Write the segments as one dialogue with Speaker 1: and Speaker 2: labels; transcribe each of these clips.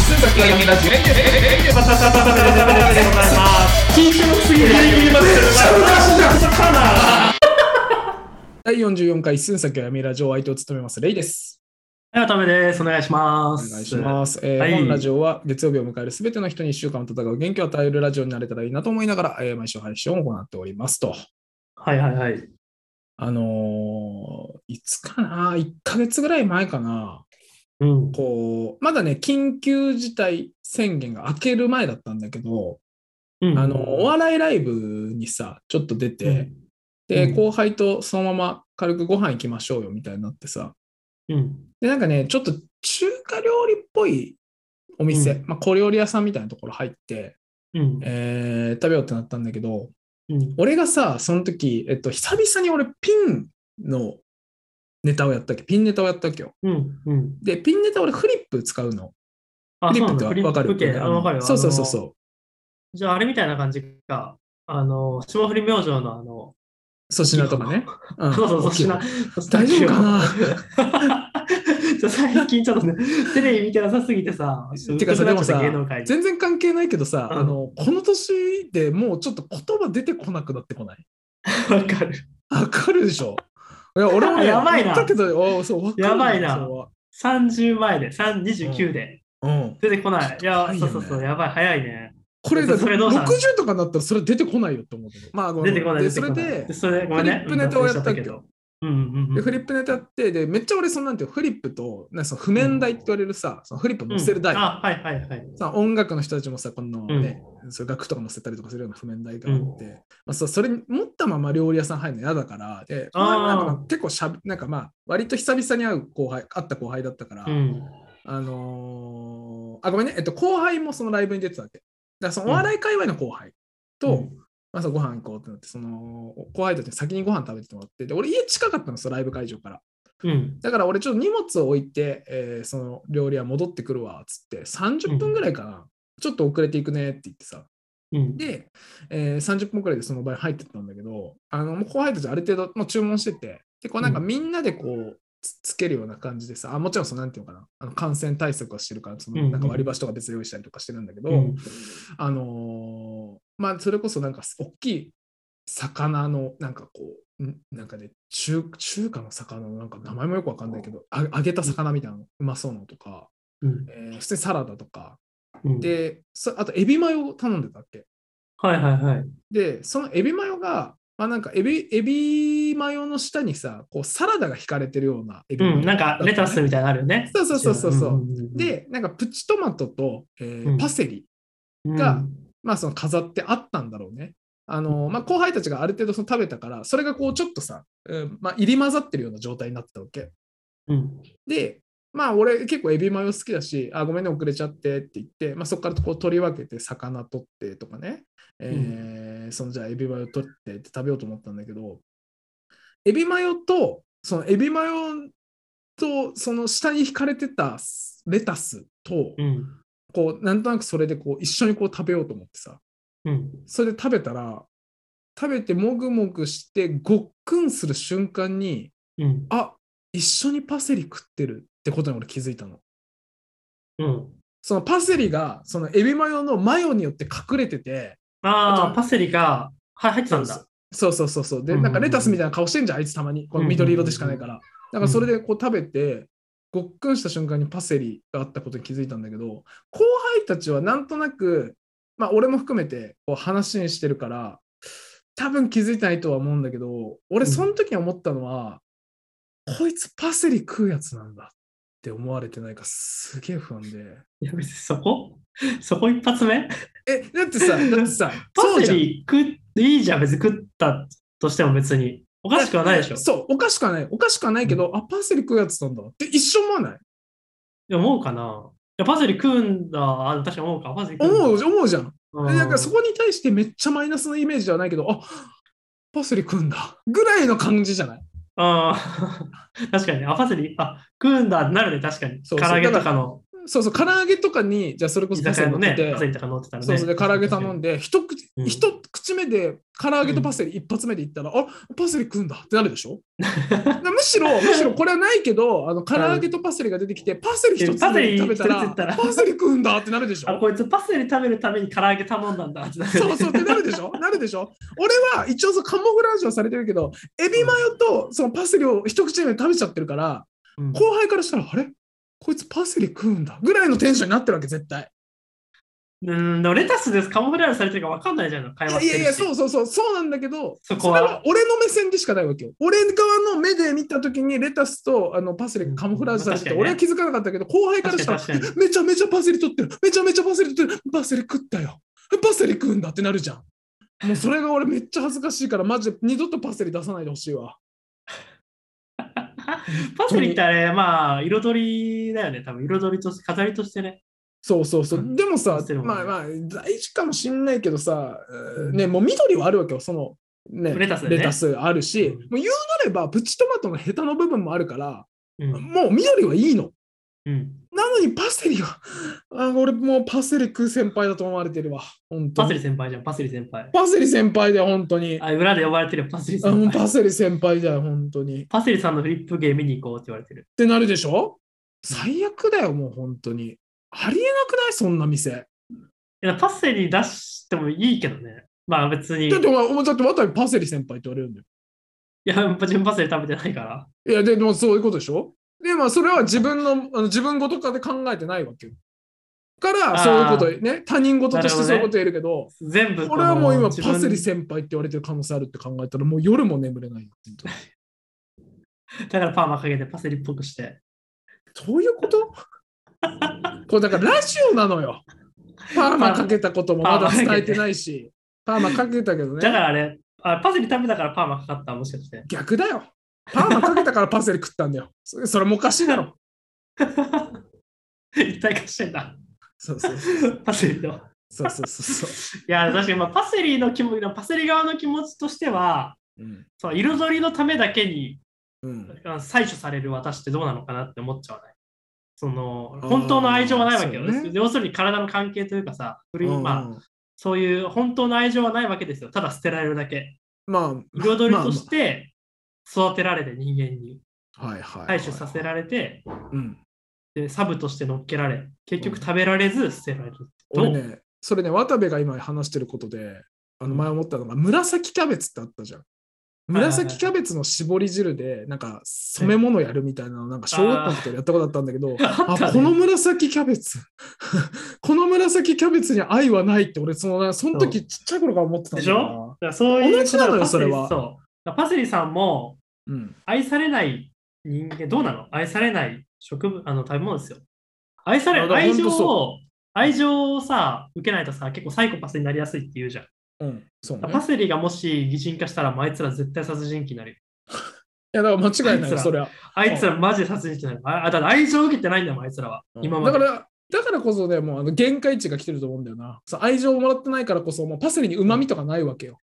Speaker 1: 先が読み出す。
Speaker 2: バタバタバタバタバタでございます。緊張すぎる。
Speaker 3: 第44回寸先は闇ラジオ相手を務めますレイです。
Speaker 2: はい、ためです。お願いしま
Speaker 3: お
Speaker 2: す。
Speaker 3: 願いします。えー
Speaker 2: はい
Speaker 3: 本ラジオは月曜日を迎えるすべての人に1週間を戦う元気を与えるラジオになれたらいいなと思いながら、えー毎週配信を行っておりますと。
Speaker 2: はいはいはい。
Speaker 3: あのーいつかな ?1 ヶ月ぐらい前かな
Speaker 2: うん。
Speaker 3: こう、まだね、緊急事態宣言が明ける前だったんだけど、
Speaker 2: うん
Speaker 3: あの、お笑いライブにさ、ちょっと出て、
Speaker 2: う
Speaker 3: で、
Speaker 2: ん
Speaker 3: 後輩とそのまま軽くご飯行きましょうよみたいになってさ、
Speaker 2: うん。
Speaker 3: で、なんかね、ちょっと中華料理っぽいお店、
Speaker 2: うん
Speaker 3: まあ、小料理屋さんみたいなところ入って、
Speaker 2: うん。
Speaker 3: えー食べようってなったんだけど、
Speaker 2: うん。
Speaker 3: 俺がさ、その時、えっと、久々に俺、ピンのネタをやったっけ、ピンネタをやったっけよ。
Speaker 2: うん。うん。
Speaker 3: で、ピンネタ俺、フリップ使うの。
Speaker 2: あ、
Speaker 3: フリ
Speaker 2: そ
Speaker 3: ッ
Speaker 2: う
Speaker 3: プ
Speaker 2: な
Speaker 3: っ
Speaker 2: ん
Speaker 3: て
Speaker 2: だ。
Speaker 3: わ
Speaker 2: フリ
Speaker 3: か
Speaker 2: ップ
Speaker 3: る
Speaker 2: 系。あ、わかるよ。
Speaker 3: そうそうそう
Speaker 2: う。
Speaker 3: そ
Speaker 2: じゃあ、あれみたいな感じか。あの、霜降り明星のあの、
Speaker 3: う。粗品とかね。うん
Speaker 2: そうそう、粗品。
Speaker 3: 大丈夫かな
Speaker 2: ちょ最近ちょっとね、テレビ見てなさすぎてさ、
Speaker 3: てかさでもさ
Speaker 2: 芸能界に。
Speaker 3: 全然関係ないけどさ、
Speaker 2: うん
Speaker 3: あのこの年でもうちょっと言葉出てこなくなってこない
Speaker 2: わかる。
Speaker 3: わかるでしょいや俺も、ね、
Speaker 2: やばいな
Speaker 3: 言ったけどおそうわかるよ
Speaker 2: やばいな
Speaker 3: それは
Speaker 2: 30前で、3 29で、
Speaker 3: うん、
Speaker 2: 出てこない。いや、
Speaker 3: 高いよね
Speaker 2: そうそうそう、やばい、早いね。
Speaker 3: これだ
Speaker 2: それどうしたの
Speaker 3: 60とかになったらそれ出てこないよって思うけどまあごめん
Speaker 2: 出てこない。
Speaker 3: で
Speaker 2: 出て
Speaker 3: そ
Speaker 2: こ
Speaker 3: れで
Speaker 2: ないで、それ、ごめんね。
Speaker 3: フリップネタをやったっけ
Speaker 2: うん。忘れちゃうんうんうん。
Speaker 3: でフリップネタやってでめっちゃ俺そのなんていうのフリップとなんかその譜面台って言われるさ、そのフリップ載せる台、
Speaker 2: うんあ、はいはいはい。
Speaker 3: さ音楽の人たちもさ、このね、そういう楽とか載せたりとかするような譜面台があって、まあ、そうそれに持ったまま料理屋さん入るの嫌だから、で、
Speaker 2: あー
Speaker 3: まあなんかまあ結構しゃべなんかまあ、割と久々に会う後輩、会った後輩だったから、
Speaker 2: うん。
Speaker 3: あのーあ、ごめんね、えっと、後輩もそのライブに出てたわけ。だからそのお笑い界隈の後輩と、
Speaker 2: うん
Speaker 3: まあ、そうご飯行こうってなって、その後輩たちに先にご飯食べてもらって、で、俺家近かったの、そのライブ会場から。
Speaker 2: うん。
Speaker 3: だから俺ちょっと荷物を置いて、えーその料理屋戻ってくるわっつって30分ぐらいかな、ちょっと遅れていくねって言ってさ
Speaker 2: うん。
Speaker 3: で、えー30分ぐらいでその場に入ってったんだけどあのもう後輩たちある程度もう注文しててでこうなんか
Speaker 2: うん
Speaker 3: みんなでこうつつけるような感じでさあもちろんそのなんていうのかなあの感染対策はしてるからそ
Speaker 2: うんう
Speaker 3: の
Speaker 2: ん
Speaker 3: なんか割り箸とか別に用意したりとかしてるんだけど、
Speaker 2: うん
Speaker 3: あのーまあそれこそなんか大きい魚のなんかこうんなんかね中中華の魚のなんか名前もよくわかんないけどあ揚げた魚みたいなのうまそうなのとか、
Speaker 2: うん。
Speaker 3: えー普通にサラダとか
Speaker 2: うん、
Speaker 3: でそあとエビマヨを頼んでたっけ
Speaker 2: はいはいはい。
Speaker 3: でそのエビマヨがまあなんかエビエビマヨの下にさこうサラダが引かれてるようなエビ
Speaker 2: う
Speaker 3: マヨ
Speaker 2: ん、なんかレタスみたいなのあるよね。
Speaker 3: そうそうそうそうそうん
Speaker 2: んん、
Speaker 3: でなんかプチトマトと、えー
Speaker 2: うん
Speaker 3: パセリがまあその飾ってあったんだろうね。あのまあ、後輩たちがある程度その食べたからそれがこうちょっとさ、うんまあ、入り混ざってるような状態になってたわけ
Speaker 2: うん、
Speaker 3: でまあ俺結構エビマヨ好きだしあごめんね遅れちゃってって言って、まあ、そこからこう取り分けて魚取ってとかね、えーそのじゃあエビマヨ取ってって食べようと思ったんだけどエビマヨとそのエビマヨとその下に引かれてたレタスと
Speaker 2: うん、
Speaker 3: こうなんとなくそれでこう一緒にこう食べようと思ってさ
Speaker 2: うん。
Speaker 3: それで食べたら食べてもぐもぐしてごっくんする瞬間に
Speaker 2: うん。
Speaker 3: あ一緒にパセリ食ってるってことに俺気づいたの
Speaker 2: うん。
Speaker 3: そのパセリがそのエビマヨのマヨによって隠れててあ
Speaker 2: ああ、
Speaker 3: と
Speaker 2: パセリが、はい、入ってたんだ。
Speaker 3: そうそうそうそうで
Speaker 2: うんうん
Speaker 3: な
Speaker 2: うん
Speaker 3: んかレタスみたいな顔してんじゃんあいつたまにこの緑色でしかないからだからそれでこう食べてごっくんした瞬間にパセリがあったことに気づいたんだけど後輩たちはなんとなくまあ俺も含めてこう話にしてるから多分気づいてないとは思うんだけど俺その時に思ったのは、こいつパセリ食うやつなんだって思われてないかすげえ不安で
Speaker 2: いや、別にそこ そこ一発目
Speaker 3: えだってさだってさそ
Speaker 2: パ
Speaker 3: うじ
Speaker 2: セ
Speaker 3: ゃん
Speaker 2: リ食っていいじゃん、別に食ったとしても別に。おかしくはないでしょ。
Speaker 3: そう、おかしくはない。おかしくはないけど、あ、パセリ食うやつなんだって一生思わない。
Speaker 2: いや思うかないや、パセリ食うんだ。あ確かに思うか。パセリ食
Speaker 3: 思
Speaker 2: うん
Speaker 3: う、思うじゃん。
Speaker 2: だ。
Speaker 3: でなんかそ
Speaker 2: こ
Speaker 3: こに対してめっちゃマイナスのイメージではないけど、あ、パセリ食うんだ。ぐらいの感じじゃない
Speaker 2: ああ、確かに。あ、パセリ、あ、食うんだってなるね、確かに。
Speaker 3: そ
Speaker 2: 唐
Speaker 3: うそう
Speaker 2: 揚げとかの。
Speaker 3: そうそう、唐揚げとかに、じゃあそれこ
Speaker 2: 居
Speaker 3: そパ
Speaker 2: 酒
Speaker 3: セリ乗
Speaker 2: 屋の
Speaker 3: って
Speaker 2: ね
Speaker 3: て、、
Speaker 2: パセリとか乗ってたらね。
Speaker 3: そうそうで唐揚げ頼んで一口、
Speaker 2: うん
Speaker 3: 一口目で唐揚げとパセリ一発目でいったら、あパセリ食うんだってなるでしょなむしろむしろこれはないけどあの唐揚げとパセリが出てきてパセリ一つ
Speaker 2: パセリ
Speaker 3: 食べたら
Speaker 2: 一つ食べたら
Speaker 3: パセリ食うんだってなるでし
Speaker 2: あ、
Speaker 3: ょ
Speaker 2: こいつパセリ食べるために唐揚げ頼んだんだ。
Speaker 3: そうそうってなるでしょなるでしょ俺は一応そうカモフラージュはされてるけどエビマヨとそのパセリを一口目で食べちゃってるから
Speaker 2: うん
Speaker 3: 後輩からしたらあれこいつパセリ食うんだぐらいのテンションになってるわけ絶対
Speaker 2: うん、でもレタスです。カモフラージュされてるか分かんないじゃん。会話
Speaker 3: い
Speaker 2: してるし
Speaker 3: やいやそうそうそうそうなんだけど
Speaker 2: そこ
Speaker 3: それは
Speaker 2: は。
Speaker 3: 俺の目線でしかないわけよ。俺側の目で見たときにレタスとあのパセリがカモフラージュされてて、
Speaker 2: うん
Speaker 3: 俺は気づかなかったけど、後輩から
Speaker 2: 確
Speaker 3: し
Speaker 2: か
Speaker 3: た
Speaker 2: に
Speaker 3: ら、
Speaker 2: 確かに。
Speaker 3: めちゃめちゃパセリ取ってる、めちゃめちゃパセリ取ってる、パセリ食ったよ、パセリ食うんだってなるじゃん。もうそれが俺めっちゃ恥ずかしいから、マジで二度とパセリ出さないでほしいわ。
Speaker 2: パセリってあれ、まあ、彩りだよね。多分彩りとして、飾りとしてね。
Speaker 3: そうそうそうう。
Speaker 2: ん
Speaker 3: でもさ
Speaker 2: パセリ、もね
Speaker 3: まあまあ、大事かもしんないけどさ、
Speaker 2: うん
Speaker 3: ね、もう緑はあるわけよ、その、ね、
Speaker 2: レタスだよね
Speaker 3: レタスあるし、
Speaker 2: うん
Speaker 3: もう言うなればプチトマトのヘタの部分もあるから、
Speaker 2: うん。
Speaker 3: もう緑はいいの。
Speaker 2: うん、
Speaker 3: なのにパセリは、あ俺もうパセリ食う先輩だと思われてるわ。本当
Speaker 2: パ
Speaker 3: に
Speaker 2: セリ先輩じゃん、パセリ先輩。
Speaker 3: パセリ先輩だよ、本当に。あ
Speaker 2: あ裏で呼ばれてるよパセリ先
Speaker 3: もう
Speaker 2: 輩。
Speaker 3: パセリ先輩だよ、本当に。っ
Speaker 2: パセリさんのフリップ芸見に行こうって言われてる。
Speaker 3: てなるでしょ最悪だよ、もう本当に。ありえなくないそんな店。
Speaker 2: いやパセリ出してもいいけどね。まあ別に。い
Speaker 3: だってお前、お前だって渡部パセリ先輩って言われるんだよ。
Speaker 2: や、自分パセリ食べてないから。
Speaker 3: いや、ででもそういうことでしょで、まあ、それは自分の、あの自分ごとかで考えてないわけよ。から、
Speaker 2: あー
Speaker 3: そういうこと、ね、他人事としてそういうこと言えるけど、
Speaker 2: 全部。
Speaker 3: 俺はもう今、
Speaker 2: 自
Speaker 3: パ
Speaker 2: 分
Speaker 3: セリ先輩って言われてる可能性あるって考えたら、もう夜も眠れないよ。本当に
Speaker 2: だからパーマかけてパセリっぽくして。
Speaker 3: そういうこと これだからラジオなのよ。パーマかけたこともまだ伝えてないし、パーマかけたけど
Speaker 2: だか
Speaker 3: ね、
Speaker 2: らあれ、あパセリ食べたからパーマかかった、もしかして。
Speaker 3: 逆だよ。パーマかけたからパセリ食ったんだよ。そそれもおかしいだろ。
Speaker 2: 一体化してんだ。
Speaker 3: そうそう
Speaker 2: パセリの。
Speaker 3: そうそうそうそ
Speaker 2: いや、確かにまあパセリの気持ち、パセリ側の気持ちとしては、
Speaker 3: う。うん
Speaker 2: その彩りのためだけに
Speaker 3: うん、
Speaker 2: あ採取される私ってどうなのかなって思っちゃわない。その
Speaker 3: あー
Speaker 2: 本当の愛情はないわけよ、
Speaker 3: そうね
Speaker 2: 要するに体の関係というかさ、不倫まあ、
Speaker 3: あ、
Speaker 2: そういう本当の愛情はないわけですよ。ただ捨てられるだけ。
Speaker 3: まあ、
Speaker 2: 彩りとして育てられて人間に
Speaker 3: まあまあはいはいはい、
Speaker 2: 採取させられて、
Speaker 3: うん、
Speaker 2: でサブとして乗っけられ、結局食べられず捨てられる。
Speaker 3: 俺ね、それね、渡部が今話してることで、あの前思ったのが、紫キャベツってあったじゃん。
Speaker 2: はいはいはい
Speaker 3: 紫キャベツの絞り汁で、なんか染め物やるみたいなの、なんか小学校の時やったことあったんだけど、
Speaker 2: あった
Speaker 3: あ
Speaker 2: ね
Speaker 3: この紫キャベツ、 この紫キャベツに愛はないって、俺、その、その時ちっちゃい頃から思ってたん
Speaker 2: で
Speaker 3: だ
Speaker 2: し
Speaker 3: よな
Speaker 2: ょだからそういう
Speaker 3: 同じなのよ
Speaker 2: だからパセリ
Speaker 3: それは
Speaker 2: そう。パセリさんも
Speaker 3: うん。
Speaker 2: 愛されない人間、どうなの愛されない植物、あの食べ物ですよ。愛さ
Speaker 3: あ
Speaker 2: れ、
Speaker 3: だから
Speaker 2: 愛情
Speaker 3: ほんと
Speaker 2: を、愛情をさ、受けないとさ、結構サイコパスになりやすいって言うじゃん。
Speaker 3: うん。そうね。い
Speaker 2: パセリがもし擬人化したら、もうあいつら絶対殺人鬼になるよ。
Speaker 3: や、だから間違いない
Speaker 2: あいつ
Speaker 3: よ、
Speaker 2: ら
Speaker 3: それは。
Speaker 2: あいつらマジで殺人鬼になる。あ、あだから愛情を受けてないんだもん、あいつらは。今まで。
Speaker 3: だから、だからこそね、もうあの限界値が来てると思うんだよな。そう愛情をもらってないからこそ、もうパセリに旨味とかないわけよ。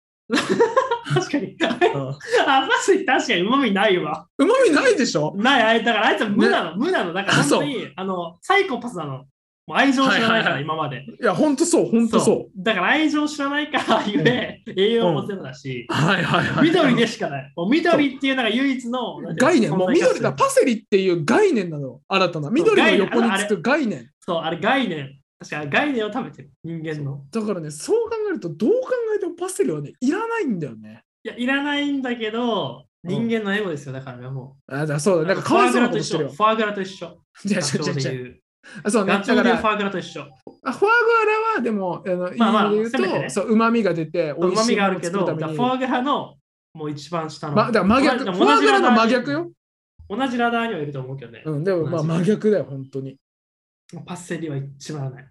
Speaker 2: 確かに。
Speaker 3: うん
Speaker 2: あ、パセリ確かにうまみないわ。
Speaker 3: 旨味ないでしょ
Speaker 2: ない、あいだからあいつは無なの、無なの。だから
Speaker 3: あそ
Speaker 2: 本
Speaker 3: う
Speaker 2: 当に、あの、サイコパスなの。もう愛情を知らない
Speaker 3: はいはい
Speaker 2: か
Speaker 3: は
Speaker 2: ら、
Speaker 3: い
Speaker 2: 今まで。
Speaker 3: いや、ほんとそう、ほんとそう。
Speaker 2: だから愛情を知らないから、ゆえ、栄養もゼロだし、
Speaker 3: はいはいはい。
Speaker 2: 緑でしかない。もう緑っていうのが唯一のなんていうの
Speaker 3: 概念、もう
Speaker 2: 存在化す
Speaker 3: 緑
Speaker 2: る
Speaker 3: だ、パセリっていう概念なのよ、新たな。緑の横につく概念。
Speaker 2: そう、あれ概念。確かに概念を食べてる、人間の。
Speaker 3: だからね、そう考えると、どう考えてもパセリはね、いらないんだよね。
Speaker 2: いや、いらないんだけど、
Speaker 3: うん
Speaker 2: 人間のエゴですよ、だからねも
Speaker 3: あだからそう
Speaker 2: う。
Speaker 3: だ、なんかかわいそうな
Speaker 2: フ
Speaker 3: ことと
Speaker 2: ォアグラ一
Speaker 3: してる
Speaker 2: 緒。
Speaker 3: よ
Speaker 2: フ。ォアグラと一緒。
Speaker 3: じゃあ、
Speaker 2: ガチ
Speaker 3: じゃ
Speaker 2: ョウで
Speaker 3: じゃ
Speaker 2: 言う。
Speaker 3: そうね、
Speaker 2: ガ
Speaker 3: だ
Speaker 2: チョウ
Speaker 3: か
Speaker 2: で言う
Speaker 3: ら
Speaker 2: フ、ォアグラと一緒。
Speaker 3: あフォアグラはでも、あの
Speaker 2: まあまあ
Speaker 3: 意味で
Speaker 2: せめて
Speaker 3: 言う
Speaker 2: ね
Speaker 3: と、そう、旨味が出て、美
Speaker 2: う
Speaker 3: 味
Speaker 2: ま
Speaker 3: し
Speaker 2: み
Speaker 3: い
Speaker 2: があ
Speaker 3: もの
Speaker 2: る
Speaker 3: を
Speaker 2: け
Speaker 3: 作る
Speaker 2: ど、
Speaker 3: た
Speaker 2: だか
Speaker 3: め
Speaker 2: ら
Speaker 3: に。
Speaker 2: フォアグラのもう一番下の。
Speaker 3: まだから真逆、フ
Speaker 2: 同じ
Speaker 3: ォアグラの真逆。よ。
Speaker 2: 同じラダーにはいると思うけどね。
Speaker 3: うん、でもまあ
Speaker 2: 同じ
Speaker 3: 真逆だよ、本当に。
Speaker 2: パッセリは一番いらない。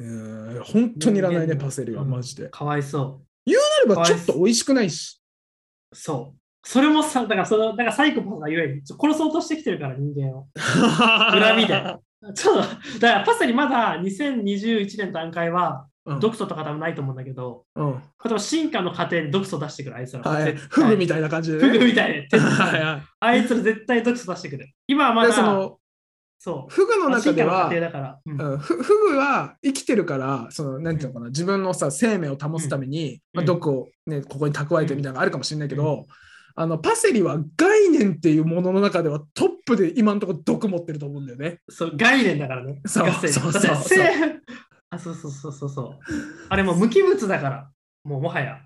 Speaker 3: うん本当にいらないね、パセリは、
Speaker 2: うん
Speaker 3: マジで。
Speaker 2: かわいそ
Speaker 3: なればちょっと美味しくないし。
Speaker 2: う。そう。それもさ、だからその、だからサイコパスがゆえに、ちょ殺そうとしてきてるから、人間を。
Speaker 3: 恨
Speaker 2: みだちょっと、だからパッセリまだ2021年の段階は、
Speaker 3: うん
Speaker 2: 毒素とか多分ないと思うんだけど、
Speaker 3: うん
Speaker 2: これ多分進化の過程で毒素出してくる、あいつら。
Speaker 3: はい、
Speaker 2: 絶
Speaker 3: フ
Speaker 2: 対
Speaker 3: グみたいな感じで、
Speaker 2: フグ
Speaker 3: ね。
Speaker 2: みたいに。
Speaker 3: はいはい
Speaker 2: あいつら絶対毒素出してくる。今はま
Speaker 3: でそ
Speaker 2: だ、
Speaker 3: の
Speaker 2: そう。
Speaker 3: フグの中で
Speaker 2: まあ
Speaker 3: は
Speaker 2: 進、化の過程だから。うん
Speaker 3: うん、フフグは生きてるからそのなんていうのかな自分のさ生命を保つために、
Speaker 2: うん
Speaker 3: まあ、毒を、ね、ここに蓄えてみたいなのがあるかもしれないけど、あのパセリは概念っていうものの中ではトップで今のところ毒持ってると思うんだよね。
Speaker 2: そう概念だからね。
Speaker 3: そう
Speaker 2: ガセリ
Speaker 3: そう
Speaker 2: だって
Speaker 3: そう
Speaker 2: せ あそうそうそうそうそう。あれもう無機物だから、もうもはや。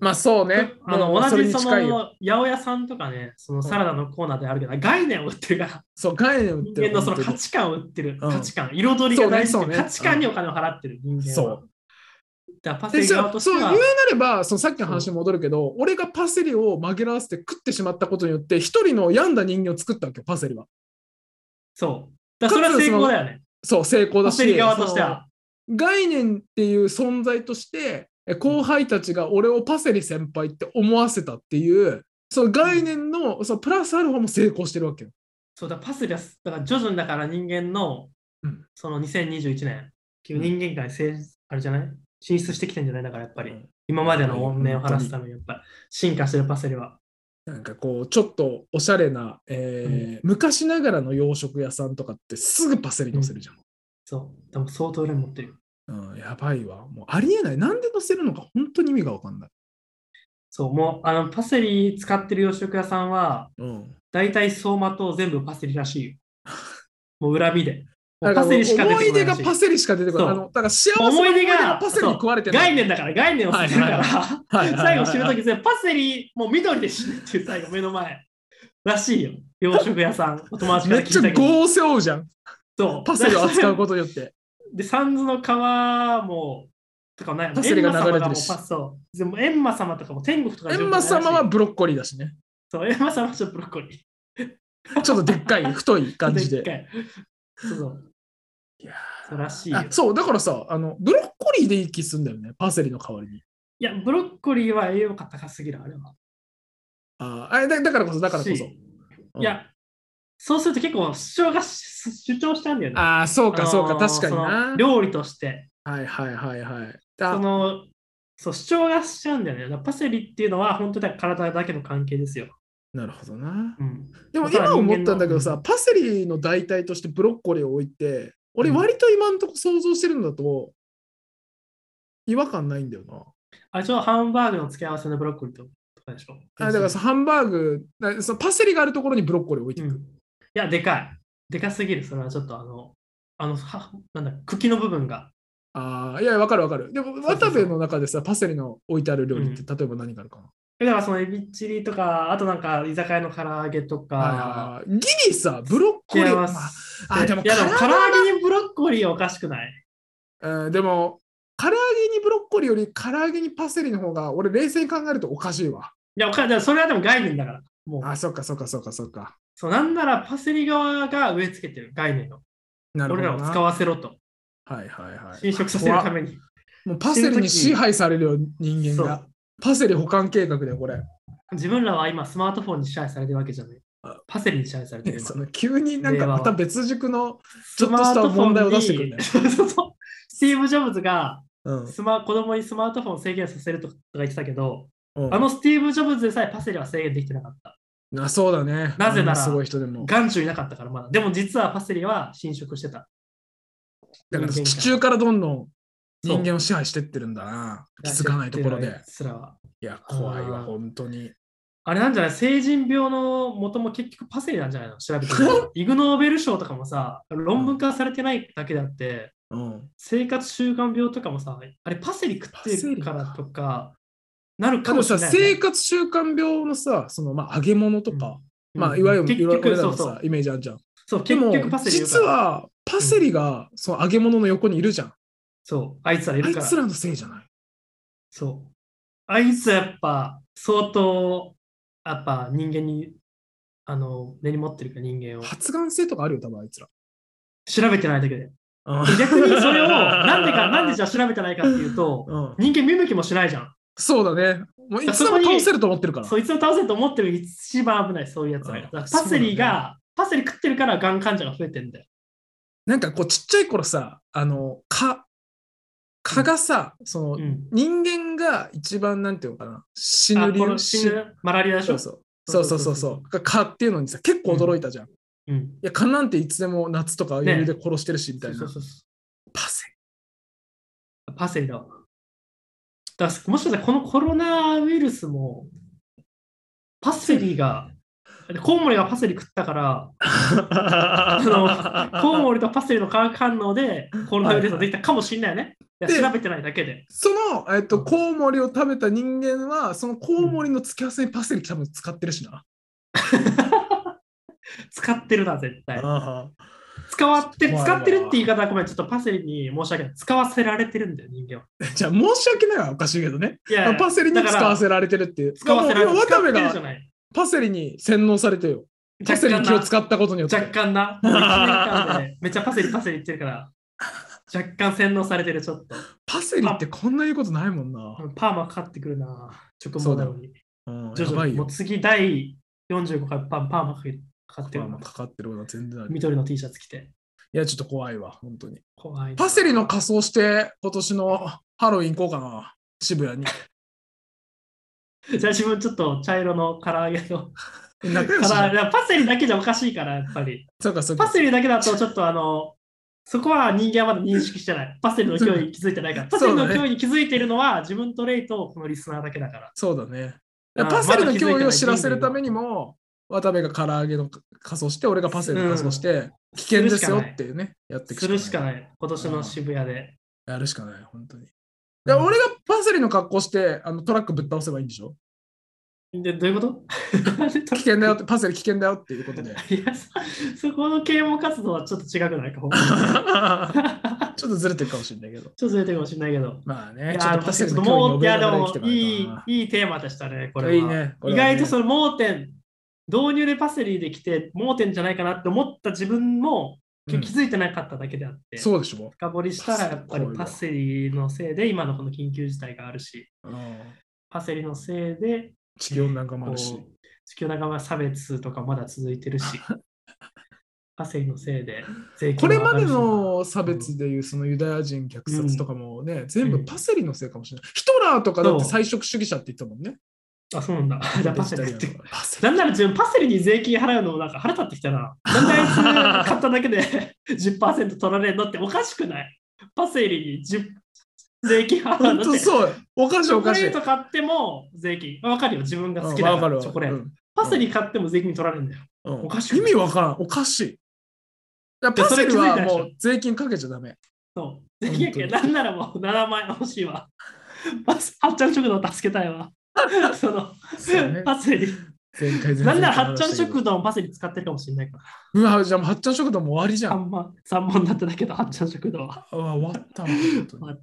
Speaker 3: まあそうね。も
Speaker 2: あ
Speaker 3: う
Speaker 2: の
Speaker 3: そ
Speaker 2: 同
Speaker 3: れ
Speaker 2: じ
Speaker 3: に
Speaker 2: そ
Speaker 3: 近いよ。
Speaker 2: の八百屋さんとかね、そのサラダのコーナーであるけど、概念を売ってるから、
Speaker 3: そう概念を売って
Speaker 2: 人
Speaker 3: る
Speaker 2: 間のその
Speaker 3: 本当
Speaker 2: 価
Speaker 3: に
Speaker 2: 値観を売ってる、
Speaker 3: うん
Speaker 2: 価値観、彩りが大
Speaker 3: そ
Speaker 2: 好
Speaker 3: う
Speaker 2: き、
Speaker 3: ねそうね
Speaker 2: 価値観にお金を払ってる人間は。
Speaker 3: そう
Speaker 2: だからパセ
Speaker 3: で
Speaker 2: リ側
Speaker 3: そう
Speaker 2: として
Speaker 3: そう言う
Speaker 2: は
Speaker 3: な、ればそのさっきの話に戻るけど俺がパセリを紛らわせて食ってしまったことによって一人の病んだ人間を作ったわけよパセリは。
Speaker 2: そう。だからそれは成功だよね。
Speaker 3: そう成功だ
Speaker 2: パ
Speaker 3: し
Speaker 2: セリ側とし
Speaker 3: そ
Speaker 2: て
Speaker 3: の
Speaker 2: は。
Speaker 3: 概念っていう存在としてえ後輩たちが俺をパセリ先輩って思わせたっていうその概念のそのプラスアルファも成功してるわけよ。
Speaker 2: そうだ、パセリは、だから徐々にだから人間の、
Speaker 3: うん
Speaker 2: その2021年、人間界成あれじゃない進出してきてんじゃないだからやっぱり、
Speaker 3: うん
Speaker 2: 今までの怨念を晴らすためにやっぱり進化してるパセリは。
Speaker 3: なんかこうちょっとおしゃれな、えー昔ながらの洋食屋さんとかってすぐパセリ乗せるじゃん。
Speaker 2: そう。でも相当売れ持ってる。
Speaker 3: うん、やばいわ。もうありえない。なんで乗せるのか本当に意味がわかんない。
Speaker 2: そう、もうあのパセリ使ってる洋食屋さんは、
Speaker 3: うん、
Speaker 2: 大体相馬と全部パセリらしいよ。 もう恨みで。
Speaker 3: だ
Speaker 2: もう
Speaker 3: からも
Speaker 2: パ
Speaker 3: う
Speaker 2: セリしか出
Speaker 3: 思
Speaker 2: てこない
Speaker 3: い出
Speaker 2: ら
Speaker 3: が
Speaker 2: しい
Speaker 3: パセリしか出てこない。
Speaker 2: そ
Speaker 3: あ
Speaker 2: う
Speaker 3: のだから幸せの思い出がパセリに食われてない。
Speaker 2: 概念だから、概念を捨てるか
Speaker 3: は
Speaker 2: ら、
Speaker 3: いはいはい
Speaker 2: 最後死ぬとき、パセリ、もう緑で死ぬっていう最後、目の前。らしいよ。洋食屋さん、お友達か
Speaker 3: め
Speaker 2: ら
Speaker 3: っち
Speaker 2: 聞
Speaker 3: ゃ
Speaker 2: いたけど。
Speaker 3: 豪を背負うじゃん。
Speaker 2: そう
Speaker 3: パセリを扱うこと によって。
Speaker 2: で、サンズの川も、とかない
Speaker 3: パセリが流れ
Speaker 2: エン
Speaker 3: て
Speaker 2: マ様がも
Speaker 3: る
Speaker 2: う
Speaker 3: し
Speaker 2: パスそう。でも、エンマ様とかも天国とか
Speaker 3: エ
Speaker 2: で
Speaker 3: ンマ様は、ブロッコリーだしね。
Speaker 2: そう、エンマ様はちょっとブロッコリー。
Speaker 3: ちょっとでっ かい、太い感じ
Speaker 2: 一
Speaker 3: で。
Speaker 2: 回そうそう。
Speaker 3: いや
Speaker 2: そうらしいよ
Speaker 3: あ。そう、だからさあの、ブロッコリーでいい気すんだよね、パセリの代わりに。
Speaker 2: いや、ブロッコリーは栄養価高すぎる、あれは。
Speaker 3: ああだだからこそ、だからこそ。
Speaker 2: し
Speaker 3: うん
Speaker 2: いや、そうすると結構主張がし主張しちゃうんだよね。
Speaker 3: ああ、そうか、そう
Speaker 2: あ
Speaker 3: か、
Speaker 2: の
Speaker 3: 確かに
Speaker 2: その
Speaker 3: な。
Speaker 2: 料理として、
Speaker 3: はいはいはいはい。
Speaker 2: そ
Speaker 3: だ
Speaker 2: のそう主張がしちゃうんだよね。だからパセリっていうのは本当だから体だけの関係ですよ。
Speaker 3: なるほどな。
Speaker 2: うん、
Speaker 3: でも
Speaker 2: だ
Speaker 3: 今
Speaker 2: から人間の
Speaker 3: 思ったんだけどさ、パセリの代替としてブロッコリーを置いて、俺、
Speaker 2: うん
Speaker 3: 割と今んとこ想像してるんだと、違和感ないんだよな。
Speaker 2: あれ、ちょうどハンバーグの付け合わせのブロッコリーととかでしょ。
Speaker 3: あだからさ、ハンバーグ、だそのパセリがあるところにブロッコリーを置いて
Speaker 2: う
Speaker 3: い
Speaker 2: ん、
Speaker 3: く。
Speaker 2: いや、でかい。でかすぎる。それはちょっとあの、あの、はなんだ、茎の部分が。
Speaker 3: ああ、いや、わかるわかる。でも、
Speaker 2: そうそ
Speaker 3: 渡
Speaker 2: う
Speaker 3: 部の中でさ、パセリの置いてある料理っ
Speaker 2: う
Speaker 3: て、例えば何があるかな、
Speaker 2: だからそのエビチリとか、あとなんか居酒屋の唐揚げとか。
Speaker 3: あーギリさ、ブロッコリー
Speaker 2: 付け合
Speaker 3: は
Speaker 2: わせ。
Speaker 3: あー、でも
Speaker 2: いやでも唐
Speaker 3: 唐揚
Speaker 2: 揚げにブロッコリーはおかしくない
Speaker 3: げ、うんでも、唐揚げにブロッコリーより、唐揚げにパセリの方が、俺、冷静に考えるとおかしいわ。
Speaker 2: いや、おかだからそれはでも概念だから。もう
Speaker 3: あー、そっかそっかそっかそっか。
Speaker 2: そうなんならパセリ側が植え付けてる概念を。
Speaker 3: なるほ
Speaker 2: 俺
Speaker 3: どな。
Speaker 2: らを使わせろと。
Speaker 3: はいはいはい。
Speaker 2: 侵食させるために。
Speaker 3: もうパセリに支配されるよ、人間
Speaker 2: そ
Speaker 3: が。パセリ保管計画だよ、これ。
Speaker 2: 自分らは今スマートフォンに支配されてるわけじゃない
Speaker 3: あ。
Speaker 2: パセリに支配されて る。
Speaker 3: その急になんか
Speaker 2: 令和は
Speaker 3: また別軸の、ち
Speaker 2: ち
Speaker 3: ょっとした問題を出してくるね
Speaker 2: そうそうそう。スティーブ・ジョブズが
Speaker 3: うん
Speaker 2: スマ子供にスマートフォンを制限させるとか言ってたけど、
Speaker 3: うん
Speaker 2: あのスティーブ・ジョブズでさえパセリは制限できてなかった。
Speaker 3: なそうだね。
Speaker 2: なぜ
Speaker 3: あ
Speaker 2: なら
Speaker 3: んすごい人でも。
Speaker 2: 眼中いなかったからまだ。でも実はパセリは侵食してた。
Speaker 3: だから
Speaker 2: 人間
Speaker 3: 地
Speaker 2: 界
Speaker 3: 中からどんどん
Speaker 2: そう
Speaker 3: 人間を支配してってるんだな。気づかないところ
Speaker 2: やってる
Speaker 3: で
Speaker 2: あい。つらは。
Speaker 3: いや、怖い
Speaker 2: あ
Speaker 3: わ、
Speaker 2: ー
Speaker 3: 本当に。
Speaker 2: あれなんじゃない成人病の元も結局パセリなんじゃないの調 べてみたらイグ・ノーベル賞とかもさ、論文化されてないだけであって、
Speaker 3: うん、
Speaker 2: 生活習慣病とかもさ、あれパセリ食ってるからとか、なる
Speaker 3: で
Speaker 2: か
Speaker 3: も
Speaker 2: もし
Speaker 3: さ、
Speaker 2: れないよね、
Speaker 3: 生活習慣病のさ、そのまあ揚げ物とか、
Speaker 2: うん
Speaker 3: まあいわゆる
Speaker 2: 結
Speaker 3: いわゆる俺ら
Speaker 2: 局、そ
Speaker 3: の
Speaker 2: うそう
Speaker 3: さ、。イメージあるじゃん。
Speaker 2: そう、
Speaker 3: で
Speaker 2: 結
Speaker 3: も
Speaker 2: 局パセリいるか
Speaker 3: 実
Speaker 2: ら。
Speaker 3: はパセリがその揚げ物の横にいるじゃん。
Speaker 2: そう、あいつらい
Speaker 3: あ
Speaker 2: る
Speaker 3: い
Speaker 2: から。
Speaker 3: つらのせいじゃない。
Speaker 2: そう。あいつはやっぱ、相当、やっぱ人間に、あの、根に持ってるから人間を。
Speaker 3: 発がん性とかあるよ、多分あいつら。
Speaker 2: 調べてないだけで。逆にそれ を、なんでか、なんでじゃあ調べてないかっていうと、
Speaker 3: うん、
Speaker 2: 人間見向きもしないじゃん。
Speaker 3: そうだね。もういつで
Speaker 2: そこ
Speaker 3: も
Speaker 2: に
Speaker 3: 倒せると思ってるから。
Speaker 2: そいつを倒せると思ってる一番危ない、そういうやつは。
Speaker 3: うん
Speaker 2: だからパセリが、パセリ食ってるからがん患者が増えてんだよ。
Speaker 3: なんかこうちっちゃい頃さ、あの、蚊、蚊がさ、その、
Speaker 2: うん。
Speaker 3: 人間が一番なんていうのかな死
Speaker 2: あ
Speaker 3: ぬ理
Speaker 2: この
Speaker 3: 由
Speaker 2: 死ぬマラリアでし
Speaker 3: そ
Speaker 2: ょ
Speaker 3: うそうそうそうそうそう蚊っていうのにさ結構驚いたじゃん、
Speaker 2: うん。
Speaker 3: いや、蚊なんていつでも夏とか余裕で殺してるし、みたいな。
Speaker 2: そうそうそ
Speaker 3: パ セ。
Speaker 2: うパセリだわ。だからもしかしたらこのコロナウイルスも、パセリが、コウモリがパセリ食ったから、
Speaker 3: あ
Speaker 2: コウモリとパセリの化学反応でコロナウイルスができたかもしれないよね。い
Speaker 3: で
Speaker 2: や調べてないだけで。
Speaker 3: その、えっと、コウモリを食べた人間は、そのコウモリの付き合わせにパセリ多分使ってるしな。
Speaker 2: 使ってるな、絶対。
Speaker 3: あ
Speaker 2: 使わって、
Speaker 3: 怖いわ
Speaker 2: 使ってるって言い方はごめん、ちょっとパセリに申し訳ない。使わせられてるんだよ、人間は。
Speaker 3: あ じゃあ、申し訳ないはおかしいけどね。
Speaker 2: いやいや
Speaker 3: パセリに
Speaker 2: だか
Speaker 3: 使
Speaker 2: ら
Speaker 3: わせられてるっていう。
Speaker 2: 使わせられ
Speaker 3: もう
Speaker 2: て
Speaker 3: 要は渡
Speaker 2: 使っ
Speaker 3: 部
Speaker 2: てるじ
Speaker 3: が
Speaker 2: ゃない。
Speaker 3: パセリに洗脳されてよ。パセリに気を使ったことによって。
Speaker 2: 若 干な。もう一年間でめっちゃパセリパセリ言ってるから、若干洗脳されてる、ちょっと。
Speaker 3: パセリってこんな言うことないもんな。
Speaker 2: パーマかかってくるな。直毛なのに。
Speaker 3: うん、
Speaker 2: 徐
Speaker 3: や
Speaker 2: 々
Speaker 3: ば
Speaker 2: に。
Speaker 3: い
Speaker 2: も
Speaker 3: よ
Speaker 2: う。次、第45回パパーマかかって
Speaker 3: ま
Speaker 2: る
Speaker 3: あまあかかってることは全然ある。い
Speaker 2: 緑の T シャツ着て。
Speaker 3: や、ちょっと怖いわ、本当に。
Speaker 2: 怖いな。
Speaker 3: パセリの仮装して、今年のハロウィン行こうかな、渋谷に。
Speaker 2: じゃあ自分ちょっと茶色の唐揚げ の。
Speaker 3: 仲良しじゃ
Speaker 2: た
Speaker 3: ん
Speaker 2: だ、パセリだけじゃおかしいから、やっぱり。
Speaker 3: そうか、そうか。
Speaker 2: パセリだけだと、ちょっとあの、そこは人間はまだ認識してない。パセリの脅威に気づいてないから。パセリの
Speaker 3: そうだね
Speaker 2: 脅威に気づいているのは、自分とレイとこのリスナーだけだから。
Speaker 3: そうだね。
Speaker 2: あー
Speaker 3: パセリの
Speaker 2: まだ気づいてない
Speaker 3: 脅威を知らせるためにも、渡部が唐揚げの仮装して、俺がパセリの仮装して、危険ですよっていうね、やっていく
Speaker 2: するしか
Speaker 3: い。
Speaker 2: ない。今年の渋谷で。
Speaker 3: やるしかない、本当に。で俺がパセリの格好してあのトラックぶっ倒せばいいんでしょ
Speaker 2: で、どういうこと
Speaker 3: 危険だよって、パセリ危険だよっていうことで。
Speaker 2: いやそ、そこの啓蒙活動はちょっと違くないか。ほ んま
Speaker 3: ち
Speaker 2: に
Speaker 3: ょっとずれてるかもしれないけど。
Speaker 2: ちょっとずれてるかもしれないけど。
Speaker 3: まあ
Speaker 2: い
Speaker 3: ね、
Speaker 2: や
Speaker 3: ちょっ
Speaker 2: ー、
Speaker 3: とパセ
Speaker 2: ち
Speaker 3: リ
Speaker 2: ょっと
Speaker 3: の興味を
Speaker 2: もう、い
Speaker 3: 覚えな
Speaker 2: や、
Speaker 3: が
Speaker 2: で
Speaker 3: ら生
Speaker 2: も
Speaker 3: きて、かない
Speaker 2: い、いいテーマでしたね、これは。
Speaker 3: いいね。これ
Speaker 2: 意
Speaker 3: はね
Speaker 2: 外とその盲点、導入でパセリできて、盲点じゃないかなって思った自分も
Speaker 3: う
Speaker 2: 気
Speaker 3: ん
Speaker 2: 気づいてなかっただけであって、
Speaker 3: そうでしょ。
Speaker 2: 深掘りしたらやっぱりパセリのせいで今のこの緊急事態があるし、
Speaker 3: うん
Speaker 2: パセリのせいで
Speaker 3: 地球温暖化もあ
Speaker 2: こう
Speaker 3: るし。
Speaker 2: 地球仲間差別とかまだ続いて るし、パセリのせいで税
Speaker 3: こ
Speaker 2: 金
Speaker 3: れ
Speaker 2: も上が
Speaker 3: まで
Speaker 2: るし
Speaker 3: の差別でいうそのユダヤ人虐殺とかもね、全部パセリのせいかもしれない。ヒトラーとかだって
Speaker 2: そう
Speaker 3: 菜食主義者って言ったもんね。
Speaker 2: あ、そうなんだ。じゃあパセリ食って
Speaker 3: ベジタリアンだからパセリ
Speaker 2: なんなら自分パセリに税金払うのもなんか腹立ってきたな。なんであいつ買っただけで10%取られるのっておかしくないパセリに10税金払う
Speaker 3: 本
Speaker 2: のっ
Speaker 3: 当
Speaker 2: て。
Speaker 3: そう。おかしい
Speaker 2: チョ
Speaker 3: お
Speaker 2: コ
Speaker 3: かしい。
Speaker 2: レート買っても税金。わかるよ、自分が好き
Speaker 3: うん
Speaker 2: だ
Speaker 3: わ
Speaker 2: か
Speaker 3: かる
Speaker 2: ら
Speaker 3: わ
Speaker 2: チョコレート。
Speaker 3: うん
Speaker 2: パセリ買っても税金取られるんだよ。
Speaker 3: うん
Speaker 2: おかしく
Speaker 3: 意
Speaker 2: ない
Speaker 3: 味わからん。おかしい。だから
Speaker 2: い
Speaker 3: パ
Speaker 2: やそ
Speaker 3: セ
Speaker 2: れ
Speaker 3: リは
Speaker 2: 気づいたでしょ
Speaker 3: もう税金かけちゃダメ。
Speaker 2: そう。税金や
Speaker 3: 本
Speaker 2: けどなんならもう7万円欲しいわ。パスはっちゃん食堂助けた いわ。その
Speaker 3: そう ね
Speaker 2: パセリ。
Speaker 3: 前回前
Speaker 2: なんなら
Speaker 3: 々
Speaker 2: はっ
Speaker 3: 話
Speaker 2: ちゃん
Speaker 3: したけど
Speaker 2: 食堂もパセリ使ってるかもしれないから。
Speaker 3: うわ、じゃあもうはっちゃん食堂も終わりじゃん。
Speaker 2: 3万、3万だっただけど、はっちゃん食堂は。
Speaker 3: あ終わったわ本当に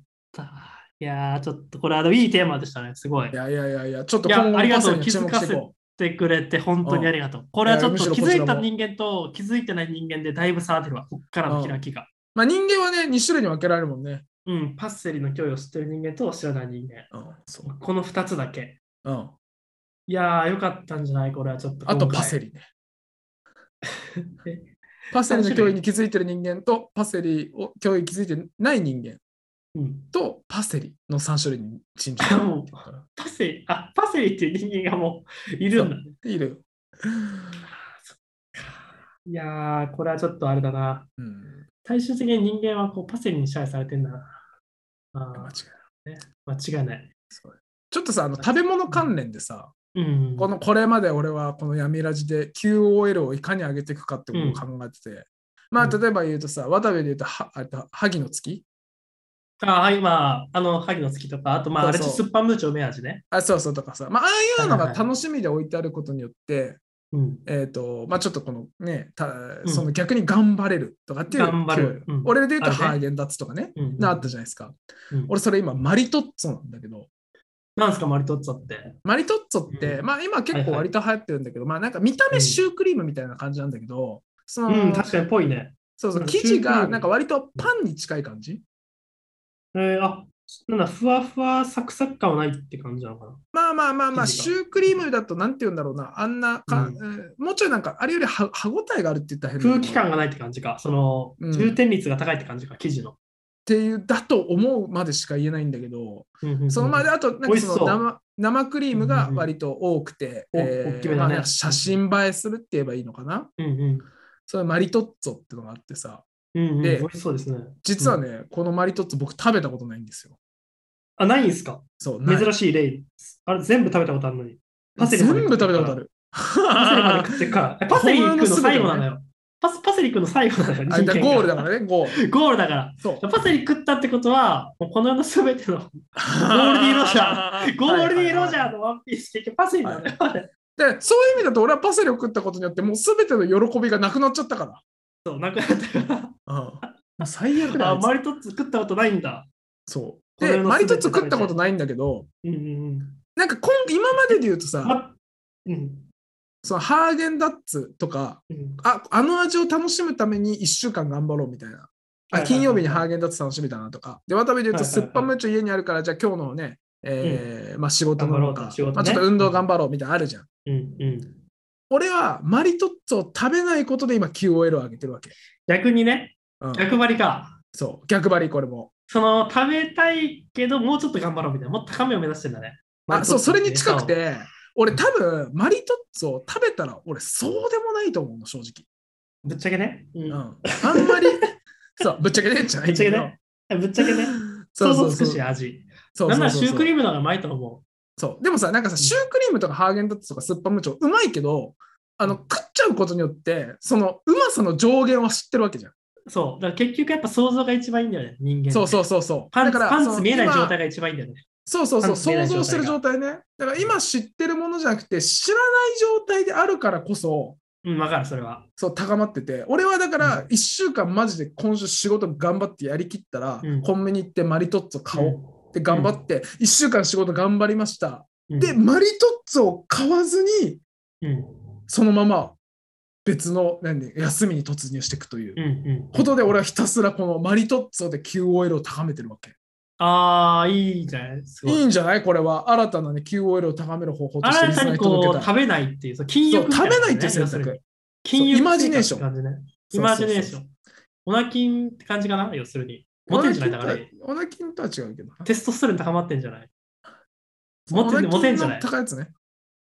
Speaker 2: いやー、ちょっとこれはでもいいテーマでしたね。すごい。
Speaker 3: い
Speaker 2: 言
Speaker 3: や
Speaker 2: っ
Speaker 3: いやいやいや、ちょっと
Speaker 2: いや
Speaker 3: 今後
Speaker 2: あり
Speaker 3: パ
Speaker 2: が
Speaker 3: セ
Speaker 2: とう
Speaker 3: リに注目していこ
Speaker 2: てくれて本当にありがとう。これはちょっ
Speaker 3: いや
Speaker 2: と
Speaker 3: むし
Speaker 2: 気
Speaker 3: ろこちら
Speaker 2: づい
Speaker 3: も
Speaker 2: た人間と気づいてない人間でだいぶ差が出るわ。こっからの開きが。
Speaker 3: う。まあ人間はね、2種類に分けられるもんね。
Speaker 2: うん、パッセリの脅威を知ってる人間と知らない人間。
Speaker 3: うん、そう。
Speaker 2: この2つだけ。
Speaker 3: うん。
Speaker 2: いやー、よかったんじゃないこれはちょっと。
Speaker 3: あとパセ
Speaker 2: リ。
Speaker 3: リね
Speaker 2: え。
Speaker 3: パセリの脅威に気づいてる人間とパセリを脅威に気づいてない人間
Speaker 2: うん、
Speaker 3: とパセリの3種類に信じ
Speaker 2: もうパセリ、あ、パセリっていう人間がもういるんだね。
Speaker 3: いるよ。
Speaker 2: いやー、これはちょっとあれだな。
Speaker 3: うん、
Speaker 2: 最終的に人間はこうパセリに支配されてんだな。あ
Speaker 3: 間違いない
Speaker 2: ー間違いない。
Speaker 3: そうちょっとさあの食べ物関連でさ、
Speaker 2: うん。
Speaker 3: このこれまで俺はこの闇ラジで QOL をいかに上げていくかってことを考えてて、まあ
Speaker 2: うん
Speaker 3: 例えば言うとさ渡部で言うとはあと萩の月
Speaker 2: あはい、まあ、あの、萩の月とか、あと、まあ、あれ
Speaker 3: そう
Speaker 2: と
Speaker 3: そう
Speaker 2: スッパムーチョ梅味ね。
Speaker 3: あそうそうとかさ、まあ、ああいうの
Speaker 2: は
Speaker 3: が
Speaker 2: いはいはい
Speaker 3: 楽しみで置いてあることによって、
Speaker 2: うん。
Speaker 3: えーとまあ、ちょっとこのねた
Speaker 2: ん
Speaker 3: その逆に頑張れるとかっていう、
Speaker 2: 頑張るうん
Speaker 3: 俺で言うと
Speaker 2: あるね
Speaker 3: ハーゲンダッツとかね、
Speaker 2: うん、
Speaker 3: なあったじゃないですか、
Speaker 2: うん
Speaker 3: 俺それ今マリトッツォなんだけど
Speaker 2: なんですか、マリトッツォって。
Speaker 3: マリトッツォって、
Speaker 2: うん
Speaker 3: まあ、今結構割と流行ってるんだけど、まあ、なんか見た目シュークリームみたいな感じなんだけど、その
Speaker 2: うん、確かにぽいね。
Speaker 3: そうそう
Speaker 2: うん
Speaker 3: 生地
Speaker 2: シュークリー
Speaker 3: が
Speaker 2: ム
Speaker 3: なんか割とパンに近い感じ、
Speaker 2: えー、あ、なんだ、ふわふわサクサク感はないって感じなのかな。
Speaker 3: まあまあまあまあ
Speaker 2: 生地
Speaker 3: シ
Speaker 2: が
Speaker 3: ュークリームだとなんて言うんだろうなあんなか、
Speaker 2: うん
Speaker 3: うんもうちょいなんかあれよりは歯ごたえがあるって言ったら変だけど
Speaker 2: 空気感がないって感じか。その、
Speaker 3: うん
Speaker 2: 充填率が高いって感じか、生地の。
Speaker 3: っていうだと思うまでしか言えないんだけど、
Speaker 2: うんうんうん
Speaker 3: そのまで、あと、なん
Speaker 2: 美
Speaker 3: か
Speaker 2: 味し
Speaker 3: そ
Speaker 2: そう
Speaker 3: の生生クリームが割と多くて、
Speaker 2: うんうん
Speaker 3: えー
Speaker 2: お大きめだね
Speaker 3: まあ写真映えするって言えばいいのかな。
Speaker 2: うんうん。
Speaker 3: それマリトッツォってのがあってさ、
Speaker 2: うんうん、
Speaker 3: で
Speaker 2: 美味しそうですね。
Speaker 3: 実はね、このマリトッツォ僕食べたことないんですよ。
Speaker 2: あ、ないんですか
Speaker 3: そう、ない
Speaker 2: 珍しい例あれ、全部食べたことあるのに。パセリま
Speaker 3: 全
Speaker 2: で
Speaker 3: 部
Speaker 2: 食っ
Speaker 3: 食
Speaker 2: て
Speaker 3: べた
Speaker 2: る
Speaker 3: こ
Speaker 2: か
Speaker 3: とあ
Speaker 2: ら
Speaker 3: る。
Speaker 2: パセリまで食って るから。えパセリ君の最後なのよ。パスパセリ君の最後なのよ。。
Speaker 3: あだからゴールだかららね、ゴール。
Speaker 2: ゴールだから。
Speaker 3: そう。
Speaker 2: パセリ食ったってことは、もうこの世のすべての
Speaker 3: ゴ
Speaker 2: ールデ ィロジャ
Speaker 3: ー
Speaker 2: ゴールディ・ロジャ
Speaker 3: ー
Speaker 2: ーのワンピース結局パセリなのよ。
Speaker 3: で、そういう意味だと俺はパセリを食ったことによってもう全ての喜びがなくなっちゃったか。
Speaker 2: そう、なくなったから
Speaker 3: うん。もう最悪だ
Speaker 2: ら。あ、
Speaker 3: よ。
Speaker 2: マリトッツォ食ったことないんだ。
Speaker 3: そう。
Speaker 2: こ
Speaker 3: で、
Speaker 2: れの
Speaker 3: マリトッツォ
Speaker 2: 全て
Speaker 3: 食ったことないんだけど、
Speaker 2: うんうんうん。
Speaker 3: なんか今今までで言うとさ、
Speaker 2: ま、うん。
Speaker 3: そのハーゲンダッツとか、
Speaker 2: うん
Speaker 3: ああの味を楽しむために1週間頑張ろうみたいな。
Speaker 2: は
Speaker 3: あ
Speaker 2: いはい
Speaker 3: 金曜日にハーゲンダッツ楽しみだなとか。で、渡辺で言うと、
Speaker 2: はい
Speaker 3: ス
Speaker 2: はい
Speaker 3: ッ
Speaker 2: はい
Speaker 3: パムーチョ家にあるから、じゃあ今日のね、えーまあ、仕事なの
Speaker 2: 頑張ろう
Speaker 3: か
Speaker 2: と仕事ね
Speaker 3: まあ、ちょっと運動頑張ろうみたいなのあるじゃん。
Speaker 2: うんうん。
Speaker 3: 俺はマリトッツォを食べないことで今 QOL を上げてるわけ。
Speaker 2: 逆にね、
Speaker 3: うん、
Speaker 2: 逆張りか。
Speaker 3: そう、逆張りこれも。
Speaker 2: その、食べたいけど、もうちょっと頑張ろうみたいな。もっと高めを目指してんだね。
Speaker 3: あ、そう、それに近く
Speaker 2: そう。
Speaker 3: て、俺多分マリトッツォを食べたら俺そうでもないと思うの、正直。
Speaker 2: ぶっちゃけね。うん
Speaker 3: うん、あんまり、 そう、ぶっちゃけねじゃないけど
Speaker 2: ぶっちゃけね。えぶっちゃけね。
Speaker 3: そう
Speaker 2: 想
Speaker 3: そ
Speaker 2: 像
Speaker 3: う
Speaker 2: つ
Speaker 3: そ
Speaker 2: く
Speaker 3: う。
Speaker 2: し、味。
Speaker 3: そう
Speaker 2: なんな
Speaker 3: そう
Speaker 2: ら
Speaker 3: そう
Speaker 2: シュークリームの方がうまいと思
Speaker 3: そう。でもさ、なんかさ、シュークリームとかハーゲンダッツとかスッパムーチョ、うまいけど、あの、食っちゃうことによって、その、うまさの上限は知ってるわけじゃん。
Speaker 2: う。そう。だから結局やっぱ想像が一番いいんだよね、人間。。
Speaker 3: そうそううそうそう。
Speaker 2: パン
Speaker 3: だ
Speaker 2: ツ
Speaker 3: から
Speaker 2: パ
Speaker 3: そ
Speaker 2: ンツ
Speaker 3: の
Speaker 2: 見えない状
Speaker 3: 今
Speaker 2: 態が一番いいんだよね。
Speaker 3: そうそうそう、
Speaker 2: パンツ見えな
Speaker 3: 想像
Speaker 2: い状態が
Speaker 3: してる状態ね。だから今知ってるものじゃなくて、知らない状態であるからこそ、
Speaker 2: うん、わかる、それは。
Speaker 3: そう、高まってて、俺はだから、1週間マジで今週仕事頑張ってやりきったら、
Speaker 2: うん
Speaker 3: コンビニ行ってマリトッツォ買おう。
Speaker 2: う
Speaker 3: で頑張って、1週間仕事頑張りました。
Speaker 2: ん。
Speaker 3: で、マリトッツォを買わずに、
Speaker 2: うん、うん。
Speaker 3: そのまま別の何休みに突入していくという
Speaker 2: うんうん。
Speaker 3: ことで俺はひたすらこのマリトッツォで QOL を高めてるわけ。
Speaker 2: ああ、いいじゃないす
Speaker 3: い
Speaker 2: ごい。
Speaker 3: いんじゃないこれは新たな、ね、QOL を高める方法として
Speaker 2: 新
Speaker 3: リス
Speaker 2: た
Speaker 3: ナーに
Speaker 2: にこ
Speaker 3: 届
Speaker 2: う
Speaker 3: けた
Speaker 2: 食
Speaker 3: い。
Speaker 2: べないっていう、そう禁欲
Speaker 3: そう食べないっていう選
Speaker 2: みたなね
Speaker 3: 択。
Speaker 2: 禁欲
Speaker 3: そうイマジネーション
Speaker 2: って感じね。
Speaker 3: そうそうそう
Speaker 2: イマジネーション。オナキンって感じかな要するに。モテんじゃないだから。
Speaker 3: オナキンとは違うけど。
Speaker 2: テストステロン高まってんじゃないモテんモテんじゃな
Speaker 3: オ
Speaker 2: い
Speaker 3: ナキンの高いやつね。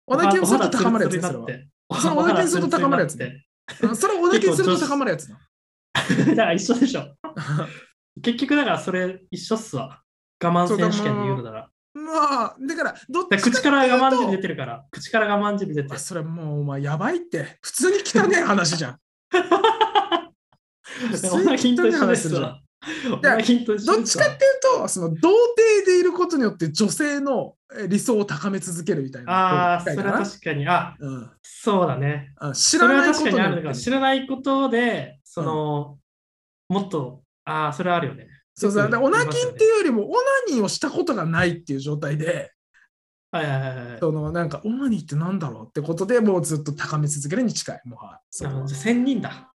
Speaker 3: オナキンをすると高まるやつね、それは。それ
Speaker 2: は
Speaker 3: オナキンすると高まるやつねうんそれオナキンすると高まるやつな。
Speaker 2: だから一緒でしょ。結局だからそれ一緒っすわ。我慢選手権で言うのなら。
Speaker 3: まあ、だから、どっ
Speaker 2: だから
Speaker 3: ち
Speaker 2: 口
Speaker 3: か
Speaker 2: か
Speaker 3: っ
Speaker 2: ら
Speaker 3: ていうと
Speaker 2: 我慢汁出てるから。口から我慢汁出て
Speaker 3: まあ
Speaker 2: る。
Speaker 3: それもうお前やばいって普通に汚ねえ話じゃん 普通
Speaker 2: オナキン
Speaker 3: に汚
Speaker 2: と
Speaker 3: ねえ
Speaker 2: 一緒で
Speaker 3: 話す
Speaker 2: す
Speaker 3: るじゃ
Speaker 2: わ
Speaker 3: ん。
Speaker 2: オナキンと一緒
Speaker 3: どっ
Speaker 2: で
Speaker 3: ち
Speaker 2: す
Speaker 3: か
Speaker 2: わ
Speaker 3: っていうとその童貞でいることによって女性のえ理想を高め続けるみたいな
Speaker 2: ああ、それは確かに。あ、
Speaker 3: うん
Speaker 2: そうだね。
Speaker 3: あ知
Speaker 2: そ
Speaker 3: ら
Speaker 2: れは
Speaker 3: ないこと
Speaker 2: 確か
Speaker 3: に
Speaker 2: にあ
Speaker 3: よ
Speaker 2: るの
Speaker 3: っ
Speaker 2: か。
Speaker 3: て
Speaker 2: 知らないことで、その、もっと、ああ、それはあるよね。
Speaker 3: そうそうだからオナキンって
Speaker 2: う。
Speaker 3: いうよりもオナニーをしたことがないっていう状態で
Speaker 2: はいはいはいはい。
Speaker 3: そのなんかオナニーってなんだろうってことでもうずっと高め続けるに近いもはそ
Speaker 2: な
Speaker 3: れ
Speaker 2: るほ
Speaker 3: は
Speaker 2: どじゃあ1000人だ。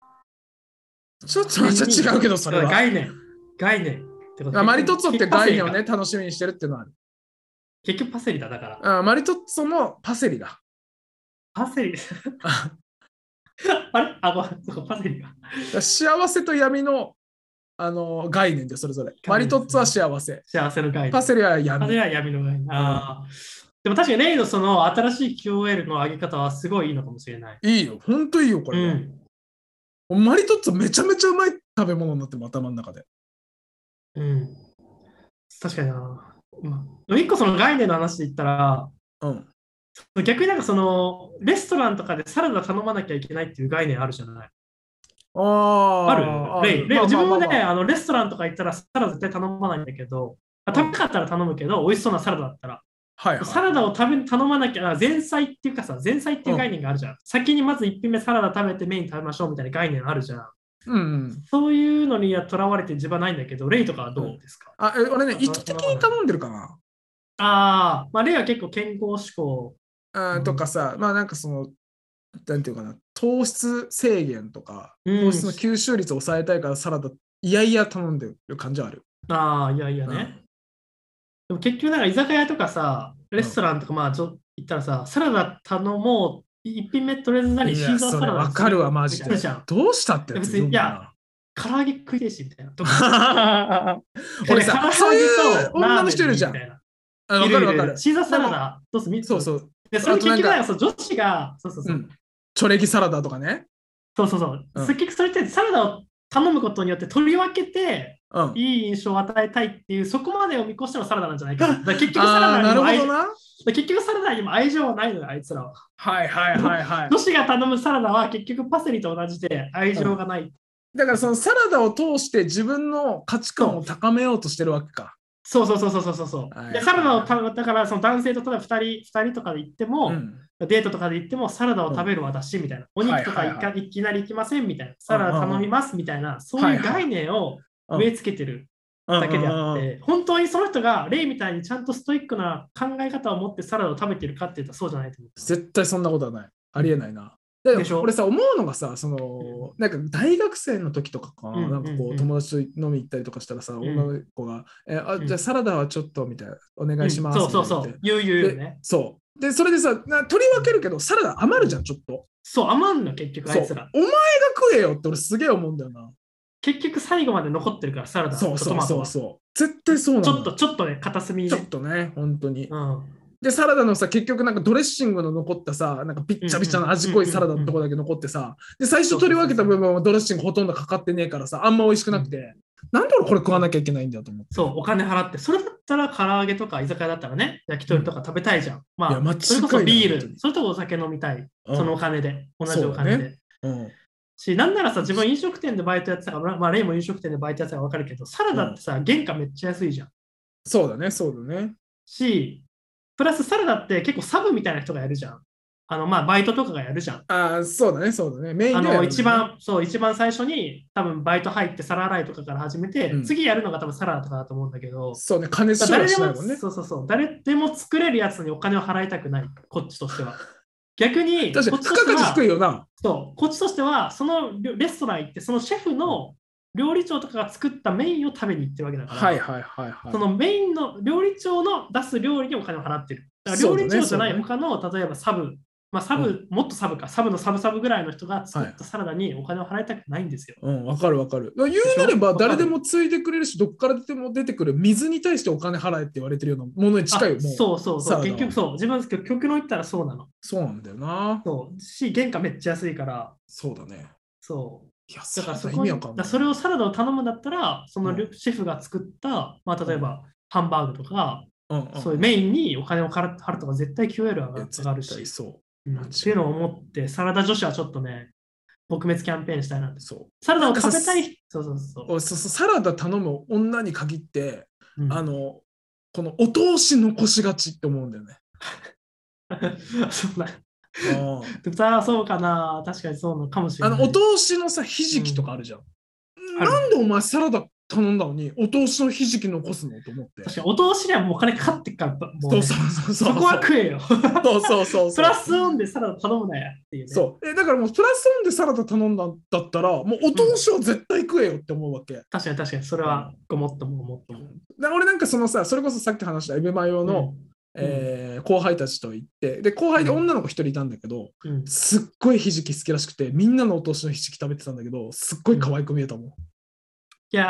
Speaker 3: ちょっとちょっと違うけどそれは
Speaker 2: 概念。概念。ってこと
Speaker 3: あマリトッツォって概念を。
Speaker 2: 結
Speaker 3: ね
Speaker 2: 局
Speaker 3: 楽しみにしてるっていうのはある
Speaker 2: 結局パセリだ、だから。
Speaker 3: あマリトッツォもパセリだ
Speaker 2: パセリ。
Speaker 3: あ
Speaker 2: あれあ、ごめん、そうかパセリが。
Speaker 3: 幸せと闇のあの概念でそれぞれ。マ
Speaker 2: 概
Speaker 3: リ
Speaker 2: 念ですね
Speaker 3: トッツォは幸せ、
Speaker 2: 幸せの概念。
Speaker 3: パセリは
Speaker 2: パセ
Speaker 3: 闇。
Speaker 2: リは闇の概念。ああ。でも確かにレイのその新しい QOL の上げ方はすごいいいのかもしれない。
Speaker 3: いいよ、ほんといいよ、こ
Speaker 2: う
Speaker 3: れは、
Speaker 2: ん。
Speaker 3: マリトッツォめちゃめちゃうまい食べ物になっても頭の中で。
Speaker 2: うん。確かにな。うん、一個その概念の話で言ったら、
Speaker 3: うん。
Speaker 2: 逆になんかそのレストランとかでサラダ頼まなきゃいけないっていう概念あるじゃない。
Speaker 3: ああ
Speaker 2: あるレイレイ
Speaker 3: まあ
Speaker 2: 自分もね、
Speaker 3: まあまあまあ
Speaker 2: あのレストランとか行ったらサラダ絶対頼まないんだけど、あ食べたかったら頼むけど、美味しそうなサラダだったら。
Speaker 3: はいはい、
Speaker 2: サラダを食べ頼まなきゃ、あ前菜っていうかさ、前菜っていう概念があるじゃん。先にまず1品目サラダ食べてメイン食べましょうみたいな概念あるじゃん。
Speaker 3: うんうん。
Speaker 2: そういうのにはとらわれて自分はないんだけど、レイとかはどうですか、
Speaker 3: あえ俺ね、意図的に頼んでるかな。
Speaker 2: ああ、まあレイは結構健康志向。
Speaker 3: あーとかさ、まあなんかその、なんていうかな、糖質制限とか、
Speaker 2: うん
Speaker 3: 糖質の吸収率を抑えたいからサラダ、いやいや頼んでる感じはある。
Speaker 2: ああ、いやいやね。でも結局なんか居酒屋とかさ、レストランとかまあちょ行ったらさ、サラダ頼もう、一品目とりあえず何
Speaker 3: い
Speaker 2: シ
Speaker 3: や
Speaker 2: ーザーサラダ
Speaker 3: それわかるわマジで
Speaker 2: 言ってるじゃん。
Speaker 3: どうしたってやつ
Speaker 2: 別にいや唐揚げ食いてえしみたいな。とか
Speaker 3: 俺 さ
Speaker 2: 唐揚げ、と
Speaker 3: そういう
Speaker 2: ラーメ
Speaker 3: 女
Speaker 2: ン
Speaker 3: の人いるじゃん
Speaker 2: み。たいな
Speaker 3: あわ
Speaker 2: い
Speaker 3: かる
Speaker 2: る
Speaker 3: わ
Speaker 2: い
Speaker 3: か
Speaker 2: るい
Speaker 3: る
Speaker 2: る。。シーザーサラダ、どうする
Speaker 3: そうそう。
Speaker 2: で、それ
Speaker 3: あとな
Speaker 2: 結
Speaker 3: んか
Speaker 2: 局なんかそう女子が、そうそう
Speaker 3: う
Speaker 2: そう。
Speaker 3: ん。チョレギサラダとかね。
Speaker 2: そうそうそう。
Speaker 3: うん
Speaker 2: 結局それってサラダを頼むことによって取り分けて、
Speaker 3: うん。
Speaker 2: いい印象を与えたいっていう、そこまでを見越してのサラダなんじゃな いかな。だから結局サ
Speaker 3: あ
Speaker 2: ラ
Speaker 3: あ、
Speaker 2: ダ
Speaker 3: な
Speaker 2: に
Speaker 3: る
Speaker 2: も
Speaker 3: ほ
Speaker 2: 愛
Speaker 3: どな。
Speaker 2: 結局サラダにも愛情はないのよ、あいつらは。
Speaker 3: はいはいはいはい。
Speaker 2: 女子が頼むサラダは結局パセリと同じで愛情がない。
Speaker 3: だからそのサラダを通して自分の価値観を高めようとしてるわけか。
Speaker 2: そうそうそうそうそうそう。
Speaker 3: はい
Speaker 2: でサラダをただからその男性とただ2人二人とかで行っても、
Speaker 3: うん
Speaker 2: デートとかで行ってもサラダを食べる私みたいな、お
Speaker 3: ん
Speaker 2: 肉とかいか,、
Speaker 3: はいはい
Speaker 2: きなり行きませんみたいな、サラダ頼みますみたいな、そういう概念を
Speaker 3: うん
Speaker 2: 植え付けてるだけであっ
Speaker 3: うんうんうん
Speaker 2: て、本当にその人が例みたいにちゃんとストイックな考え方を持ってサラダを食べてるかって言ったらそうじゃないと思う。
Speaker 3: 絶対そんなことはない。ありえないな。だけ
Speaker 2: でしょ
Speaker 3: ど俺さ思うのがさそのなんか大学生の時とかかな,、
Speaker 2: うんうんうん
Speaker 3: なんかこう友達と飲み行ったりとかしたらさ、
Speaker 2: ん
Speaker 3: 女の子が「えあ
Speaker 2: うん
Speaker 3: じゃあサラダはちょっと」みたいな「お願いします」
Speaker 2: う
Speaker 3: み
Speaker 2: ん
Speaker 3: たい
Speaker 2: そう
Speaker 3: な
Speaker 2: そう
Speaker 3: 言って
Speaker 2: そう。言う言うよね。
Speaker 3: そう。で、それでさ、な取り分けるけど、サラダ余るじゃん、ちょっと。
Speaker 2: そう、余んの結局あ
Speaker 3: そう。
Speaker 2: い
Speaker 3: お
Speaker 2: つ
Speaker 3: 前が
Speaker 2: ら。
Speaker 3: 食えよって俺すげえ思うんだよな。
Speaker 2: 結局最後まで残ってるから、サラダ
Speaker 3: そう
Speaker 2: とト
Speaker 3: そう
Speaker 2: マト
Speaker 3: そう
Speaker 2: は。ち
Speaker 3: そう。絶対そうなの
Speaker 2: ょっと、ちょっとね、片隅に
Speaker 3: ちょ
Speaker 2: ね
Speaker 3: っ。とね、本当に。
Speaker 2: うん
Speaker 3: で、サラダのさ、結局なんかドレッシングの残ったさ、なんかピッチャピチャの味濃いサラダのとこだけ残ってさ、で、最初取り分けた部分はドレッシングほとんどかかってねえからさ、あんま美味しくなくて、なんで俺これ食わなきゃいけないんだよと思って。
Speaker 2: そう、お金払って、それだったら唐揚げとか居酒屋だったらね、焼き鳥とか食べたいじゃん。ま
Speaker 3: いや間違い
Speaker 2: あ、
Speaker 3: ない
Speaker 2: それこそビー
Speaker 3: 本当
Speaker 2: ル、
Speaker 3: に
Speaker 2: それとお酒飲みたい、
Speaker 3: うん
Speaker 2: そのお金で、同じ
Speaker 3: そ
Speaker 2: お金
Speaker 3: うだ
Speaker 2: で。
Speaker 3: うん
Speaker 2: し、なんならさ、自分飲食店でバイトやってたから、まあ、レイも飲食店でバイトやってたから分かるけど、サラダってさ、原価めっちゃ安いじゃん。
Speaker 3: そうだね、そうだね。
Speaker 2: し、プラスサラダって結構サブみたいな人がやるじゃん。あの、まあ、バイトとかがやるじゃん。
Speaker 3: ああ、そうだね、そうだね。メイン
Speaker 2: あ
Speaker 3: ではや
Speaker 2: の、
Speaker 3: る
Speaker 2: 一番、そう、一番最初に、多分バイト入って皿洗いとかから始めて、
Speaker 3: うん
Speaker 2: 次やるのが多分サラダとかだと思うんだけど、
Speaker 3: そうね、加熱
Speaker 2: だ
Speaker 3: し
Speaker 2: か
Speaker 3: よう
Speaker 2: ら
Speaker 3: が
Speaker 2: 誰
Speaker 3: し
Speaker 2: で
Speaker 3: ない
Speaker 2: も
Speaker 3: もんね。
Speaker 2: そうそうそう誰でも作れるやつにお金を払いたくない、こっちとしては。逆に、
Speaker 3: 確
Speaker 2: こ
Speaker 3: かに、
Speaker 2: っちと
Speaker 3: 付加
Speaker 2: して
Speaker 3: 価
Speaker 2: は
Speaker 3: 値低いよな。
Speaker 2: そうこっちとしてはそのレレストラン行って、そのシェフの料理長とかが作ったメインを食べに行ってるわけだから、
Speaker 3: はいはいはいはい。
Speaker 2: そのメインの料理長の出す料理にお金を払ってる。だから料理長じゃない
Speaker 3: そうだね
Speaker 2: 他の、例えばサブ、まあ、サブ、
Speaker 3: う
Speaker 2: もっとサブか、サブのサブサブぐらいの人が作ったサラダにお金を払いたくないんですよ。
Speaker 3: うん、わかるわかる。だから言うなれば誰でもついてくれるし、どっからでも出てくる水に対してお金払えって言われてるようなものに近いよ、
Speaker 2: あ
Speaker 3: もう。そう
Speaker 2: そうそう
Speaker 3: サラ
Speaker 2: そう、
Speaker 3: ダは
Speaker 2: 結局そう、自分です極論言ったらそうなの。
Speaker 3: なんだよな。
Speaker 2: そうし、原価めっちゃ安いから。
Speaker 3: そうだね。
Speaker 2: そう
Speaker 3: いや、
Speaker 2: だから
Speaker 3: そ
Speaker 2: そ
Speaker 3: んな
Speaker 2: こ
Speaker 3: 意味
Speaker 2: にだ
Speaker 3: わか
Speaker 2: か
Speaker 3: んな
Speaker 2: ら
Speaker 3: い。
Speaker 2: それをサラダを頼むんだったら、その
Speaker 3: うん
Speaker 2: シェフが作った、まあ、例えばハンバーグとか、
Speaker 3: うんうん、
Speaker 2: そういうメインにお金を払うとか絶対 QL 上
Speaker 3: いや
Speaker 2: が上がる
Speaker 3: 絶
Speaker 2: し、
Speaker 3: 対そ
Speaker 2: うん
Speaker 3: 間違いない
Speaker 2: っていうのを思って、サラダ女子はちょっとね、撲滅キャンペーンしたいなって
Speaker 3: う。。そう。
Speaker 2: サラダ
Speaker 3: なん
Speaker 2: を
Speaker 3: かさ
Speaker 2: 食べたい人、そうそうそう。
Speaker 3: 俺そうそうサラダ頼む女に限って、
Speaker 2: うん
Speaker 3: あの、このお通し残しがちって思うんだよね。
Speaker 2: そうだ
Speaker 3: うん
Speaker 2: でもさあそうかな、確かにそうのかもしれ
Speaker 3: あ
Speaker 2: ない。
Speaker 3: の、お通しのさ、ひじきとかあるじゃん。
Speaker 2: ある
Speaker 3: なんでお前サラダ頼んだのに、お通しのひじき残すのと思って。
Speaker 2: 確かにお通しにはもうお金かかってっから、もう
Speaker 3: そ
Speaker 2: ね
Speaker 3: うそうそう
Speaker 2: そこは食えよ。
Speaker 3: そうそうそうそう。
Speaker 2: プラスオンでサラダ頼むなやっていうね。
Speaker 3: そう。え、だからもうプラスオンでサラダ頼んだんだったら、もうお通しは絶対食えよって思うわけ。
Speaker 2: 確かに確かに、それはごもっともごもっとも。
Speaker 3: な俺なんかそのさ、それこそさっき話したエベマヨの、えー後輩たちと行って、で、後輩で女の子一人いたんだけど、
Speaker 2: うん、うん
Speaker 3: すっごいひじき好きらしくて、みんなのお通しのひじき食べてたんだけど、すっごい可愛く見えたもん。
Speaker 2: いや、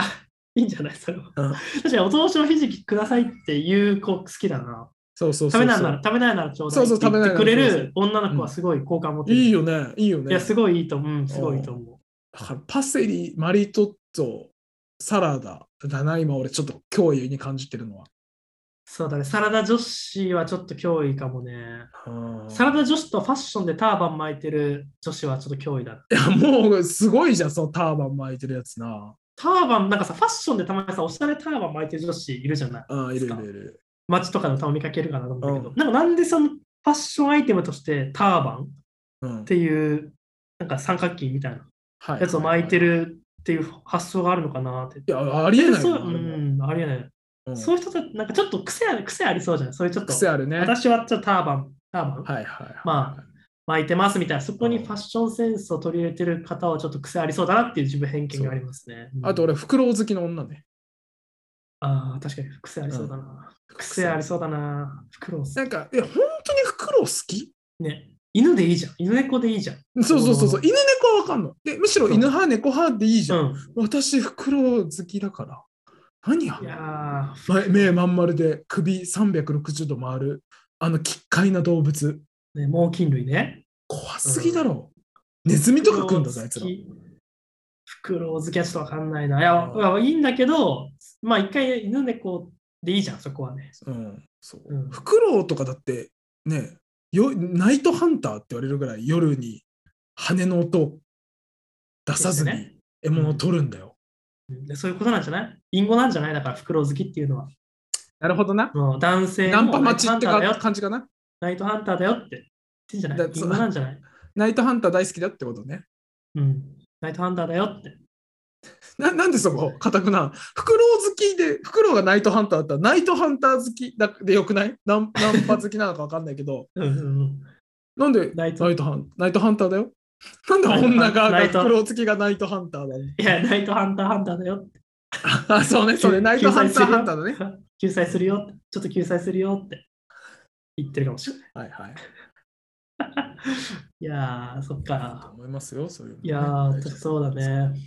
Speaker 2: いいんじゃないそれは。
Speaker 3: うん
Speaker 2: 確かに、お通しのひじきくださいっていう子好きだな。
Speaker 3: そうそうそうそ
Speaker 2: 食べ
Speaker 3: う。
Speaker 2: ないなら、食べないならちょうだい
Speaker 3: そうそう
Speaker 2: って言ってくれ
Speaker 3: 食べないならちょ
Speaker 2: る女の子はすごい好感持ってる。
Speaker 3: いい
Speaker 2: よ、
Speaker 3: よね、いいよね。
Speaker 2: いや、すごいいいと思う。うん、すごいいいと思
Speaker 3: だからパセリ、マリトッツォ、サラダだな、今俺ちょっと脅威に感じてるのは。
Speaker 2: う。そうだね、サラダ女子はちょっと脅威かもね。
Speaker 3: うん
Speaker 2: サラダ女子とファッションでターバン巻いてる女子はちょっと脅威 だ。
Speaker 3: いや、もうすごいじゃん、そのターバン巻いてるやつな。
Speaker 2: ターバン、なんかさ、ファッションでたまにさ、おしゃれターバン巻いてる女子いるじゃない
Speaker 3: あいるいるいる。
Speaker 2: 街とかでもたまに見かけるかなと思うんだけど、
Speaker 3: うん
Speaker 2: なんかなんでそのファッションアイテムとしてターバン
Speaker 3: うん
Speaker 2: っ、ていう、なんか三角形みたいな
Speaker 3: は
Speaker 2: やつを巻いて。るっていう発想があるのかなって。
Speaker 3: いや、ありえない
Speaker 2: そう
Speaker 3: よ
Speaker 2: う
Speaker 3: な、あれも
Speaker 2: ん、ありえない。
Speaker 3: うん
Speaker 2: そういう人たち、なんかちょっと癖あ癖ありそうじゃないそういうちょっと、
Speaker 3: 癖あるね。はい
Speaker 2: 私はちょっとターバン、ターバン
Speaker 3: はいはい。
Speaker 2: ま巻いてますみたいな、そこにファッションセンスを取り入れてる方はちょっと癖ありそうだなっていう自分偏見がありますね。うん
Speaker 3: あ、と俺、フクロウ好きの女ね。
Speaker 2: ああ、確かに癖ありそうだな。癖ありそうだな。袋を
Speaker 3: なんか、え、本当にフクロウ好き
Speaker 2: ね。犬でいいじゃん。犬猫でいいじゃん。
Speaker 3: そうそうそうそう、犬猫はわかんの。で、むしろ犬派、猫派でいいじゃん。
Speaker 2: うん。
Speaker 3: 私、フクロウ好きだから。何や
Speaker 2: いやー
Speaker 3: ま目まん丸で首360度回る、あの、奇怪な動物。
Speaker 2: ね、猛禽類ね。
Speaker 3: 怖すぎだろ。ネズミとか食うんだぞ、あいつら。
Speaker 2: フクロウ好きはちょっとわかんないな。いや、まあいいんだけど、まあ一回犬猫でいいじゃん、そこはね。
Speaker 3: うん、そううんフクロウとかだって、ね、よナイトハンターって言われるぐらい夜に羽の音を出さず
Speaker 2: ですよ
Speaker 3: に獲物を取るんだよ。
Speaker 2: うんでそういうことなんじゃない隠語なんじゃないだから、フクロウ好きっていうのは。
Speaker 3: なるほどな。
Speaker 2: もう男性
Speaker 3: ナ
Speaker 2: の
Speaker 3: ンパ待ちって
Speaker 2: ナイトハンターだよ
Speaker 3: か感じかな。
Speaker 2: ナイトハンターだよって言ってんじゃない
Speaker 3: だ
Speaker 2: 隠語なんじゃない
Speaker 3: ナイトハンター大好きだってことね。
Speaker 2: うん。ナイトハンターだよって。
Speaker 3: ななんでそこ、かたくな。フクロウ好きで、フクロウがナイトハンターだったら、ナイトハンター好きだでよくないナンナンパ好きなのかわかんないけど、
Speaker 2: うんうんうん。
Speaker 3: なんでナ
Speaker 2: ナ
Speaker 3: イ
Speaker 2: イ
Speaker 3: ト
Speaker 2: ト
Speaker 3: ハンナイトハンターだよ。なんで女側が
Speaker 2: ナイ
Speaker 3: フ
Speaker 2: ト
Speaker 3: クロウ好きがナイトハンターだ、ね、
Speaker 2: いや、ナイトハンターハンターだよって。
Speaker 3: あ、そうね、そうね、ナイトハンターハンターだね。
Speaker 2: 救済するよって。ちょっと救済するよって言ってるかもしれない。
Speaker 3: はいはい。
Speaker 2: いやー、そっ
Speaker 3: と
Speaker 2: か。
Speaker 3: 思いますよ、そういうのね、
Speaker 2: いやー、そうだ
Speaker 3: 大丈
Speaker 2: ね。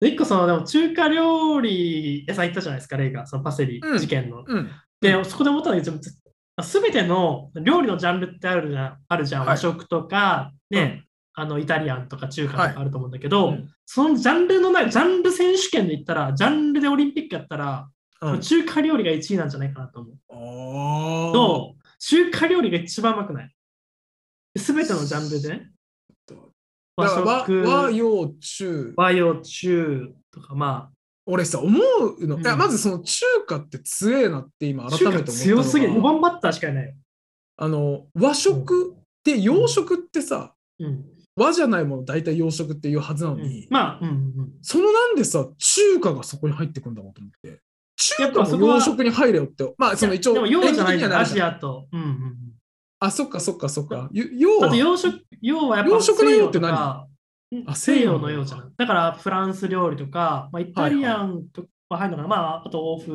Speaker 2: で、一個その、でも中華料理屋さん行ったじゃないですか、レイが、そのパセリ
Speaker 3: うん
Speaker 2: 事件の。
Speaker 3: 夫。うん。
Speaker 2: で、そこで思ったのが、すべての料理のジャンルってあるじゃん、あるじゃん、
Speaker 3: はい
Speaker 2: 和食とか、ね、あのイタリアンとか中華と
Speaker 3: はい
Speaker 2: かあると思うんだけど、
Speaker 3: うん
Speaker 2: そのジャンルのない、ジャンル選手権で言ったら、ジャンルでオリンピックやったら、
Speaker 3: うん、
Speaker 2: 中華料理が1位なんじゃないかなと思う。
Speaker 3: あー
Speaker 2: と、中華料理が一番うまくない。すべてのジャンルでね
Speaker 3: そう。
Speaker 2: 和
Speaker 3: だから和
Speaker 2: 食、
Speaker 3: 和洋中。
Speaker 2: 和洋中とか、ま
Speaker 3: 俺さ、思うの、
Speaker 2: うん
Speaker 3: いやまずその中華って強えなって今
Speaker 2: あ、
Speaker 3: 改
Speaker 2: 中
Speaker 3: めて思
Speaker 2: 華
Speaker 3: ったの
Speaker 2: 強
Speaker 3: が
Speaker 2: すぎる。4番バッターしかいないよ。
Speaker 3: あの和食って洋食ってさ、
Speaker 2: うん。
Speaker 3: 和じゃないもの大体洋食っていうはずなのに、
Speaker 2: まあ、うんうん。
Speaker 3: そのなんでさ中華がそこに入ってくんだろうと思って
Speaker 2: や
Speaker 3: 中
Speaker 2: っ
Speaker 3: 華
Speaker 2: ぱそこ
Speaker 3: も
Speaker 2: は
Speaker 3: 洋食に入れよってまあその一応
Speaker 2: でも洋じゃない
Speaker 3: 演劇に
Speaker 2: じゃ
Speaker 3: は
Speaker 2: ん、ア
Speaker 3: るじ
Speaker 2: ジ
Speaker 3: ゃん
Speaker 2: アと。うんうん
Speaker 3: あそっかそっかそっかゆ
Speaker 2: う
Speaker 3: 洋
Speaker 2: ん。あと
Speaker 3: は
Speaker 2: 洋食、洋はやっぱ
Speaker 3: 洋食の洋って何
Speaker 2: 西洋とかうん
Speaker 3: あ西
Speaker 2: 西
Speaker 3: 洋
Speaker 2: 洋の洋じゃん。だからフランス料理とか、まあ、イタリアンとか入るのかな、まあ、あと欧風。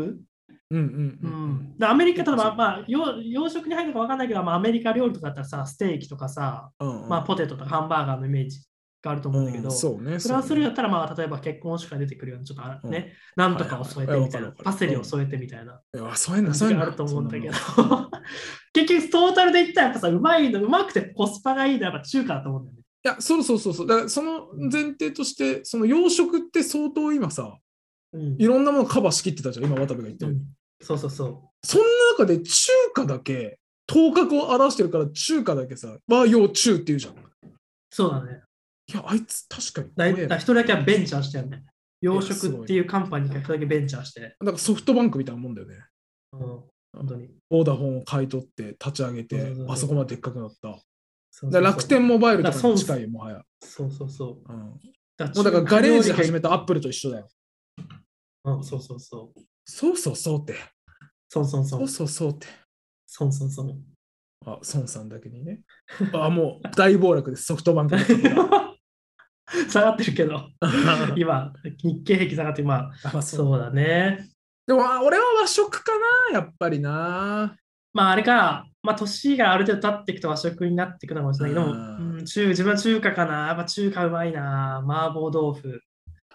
Speaker 3: うんうん
Speaker 2: う
Speaker 3: うん
Speaker 2: ん、でアメリカ、ただまあ、まあ、洋洋食に入るのか分かんないけど、まあ、アメリカ料理とかだったらさ、ステーキとかさ、
Speaker 3: うんうん
Speaker 2: まあ、ポテトとかハンバーガーのイメージがあると思うんだけど、
Speaker 3: うんそうね
Speaker 2: フランス
Speaker 3: そ
Speaker 2: 料理だ
Speaker 3: うね
Speaker 2: ったら、まあ、例えば結婚式が出てくるような、ちょっとあ
Speaker 3: うん
Speaker 2: ね、なんとかを添えてみた
Speaker 3: はいはいは
Speaker 2: い
Speaker 3: いわ
Speaker 2: な
Speaker 3: かる、
Speaker 2: パセリを添えてみたいな、
Speaker 3: いやそういうのそういうの
Speaker 2: があると思うんだけど
Speaker 3: そ、
Speaker 2: 結局、トータルでいったら、やっぱさ、うまいの、うまくてコスパがいいのはやっぱ中華だと思うんだよね。
Speaker 3: いやそうそうそうそうだからその前提としてその洋食って相当今さ
Speaker 2: うん
Speaker 3: いろんなものカバーしきってたじゃん今渡部が言ってるように
Speaker 2: うんそうそうそ。
Speaker 3: そんな中で中華だけ頭角を表してるから中華だけさ和洋中っていうじゃん。いう
Speaker 2: そうだね。
Speaker 3: やあいつ確かに怖
Speaker 2: だ
Speaker 3: え
Speaker 2: い
Speaker 3: なだ
Speaker 2: だから一人だけはベンチャーしたよね。洋食っていうカンパニーが一人だけベンチャーして、
Speaker 3: からソフトバンクみたいなもんだよね。
Speaker 2: うん、本当に。
Speaker 3: オーダーフォンを買い取って立ち上げ
Speaker 2: そう
Speaker 3: て
Speaker 2: そうそう
Speaker 3: あそこまででっかくなった。だか
Speaker 2: そ
Speaker 3: ら
Speaker 2: うそうそう
Speaker 3: 楽天モバイルとかに近いよもはや。
Speaker 2: そうそうそう。
Speaker 3: うんも
Speaker 2: だか
Speaker 3: うだからガレージ始
Speaker 2: め
Speaker 3: めたアップルと一緒だよ。
Speaker 2: うん、そうそうそう。
Speaker 3: そうそうそうって。
Speaker 2: そうそうそ
Speaker 3: そう
Speaker 2: う。
Speaker 3: そうそうって。
Speaker 2: そうそうそう。
Speaker 3: あ、孫さんだけにね。 あ、もう大暴落です。ソフトバンクの株が
Speaker 2: 下がってるけど、
Speaker 3: あ
Speaker 2: 今、日経平均下がって、まあ、
Speaker 3: まあそう
Speaker 2: そうだね。
Speaker 3: でもあ俺は和食かな、やっぱりな。
Speaker 2: まあ、あれか、まあ、年がある程度経っていくと和食になっていくのかもしれないけ
Speaker 3: う
Speaker 2: ど、うんん中自分は中華かな。やっぱ中華うまいな。麻婆豆腐、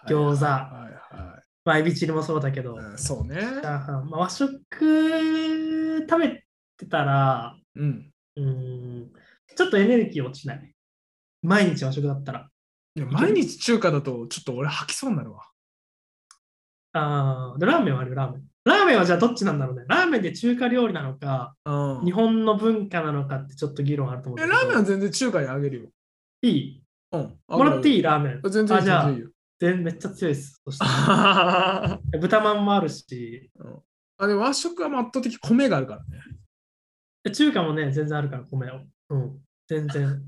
Speaker 2: 餃子
Speaker 3: はいはいはい
Speaker 2: まあ、エビチリもそうだけど、
Speaker 3: うんそうね。
Speaker 2: チャーハンまあ、和食食べてたら、
Speaker 3: うん。
Speaker 2: うん、ちょっとエネルギー落ちない。毎日和食だったら。
Speaker 3: いや毎日中華だと、ちょっと俺吐きそうになるわ。
Speaker 2: ああ、でラーメンはあるよ、ラーメン。ラーメンはじゃあどっちなんだろうね。ラーメンで中華料理なのか、
Speaker 3: うん
Speaker 2: 日本の文化なのかってちょっと議論あると思う
Speaker 3: い
Speaker 2: ん
Speaker 3: や
Speaker 2: だけ
Speaker 3: ラーメ
Speaker 2: ど。
Speaker 3: ンは全然中華にあげるよ。
Speaker 2: いい
Speaker 3: うん。
Speaker 2: もらってい
Speaker 3: い
Speaker 2: いラーメン。
Speaker 3: 全然いい
Speaker 2: あじゃあ
Speaker 3: 全 然いいよ。
Speaker 2: 全めっちゃ強いです。そしたら
Speaker 3: あ
Speaker 2: 豚まんもあるし、
Speaker 3: でも和食はもう圧倒的米があるからね。
Speaker 2: 中華もね、全然あるから、米を。うん、全然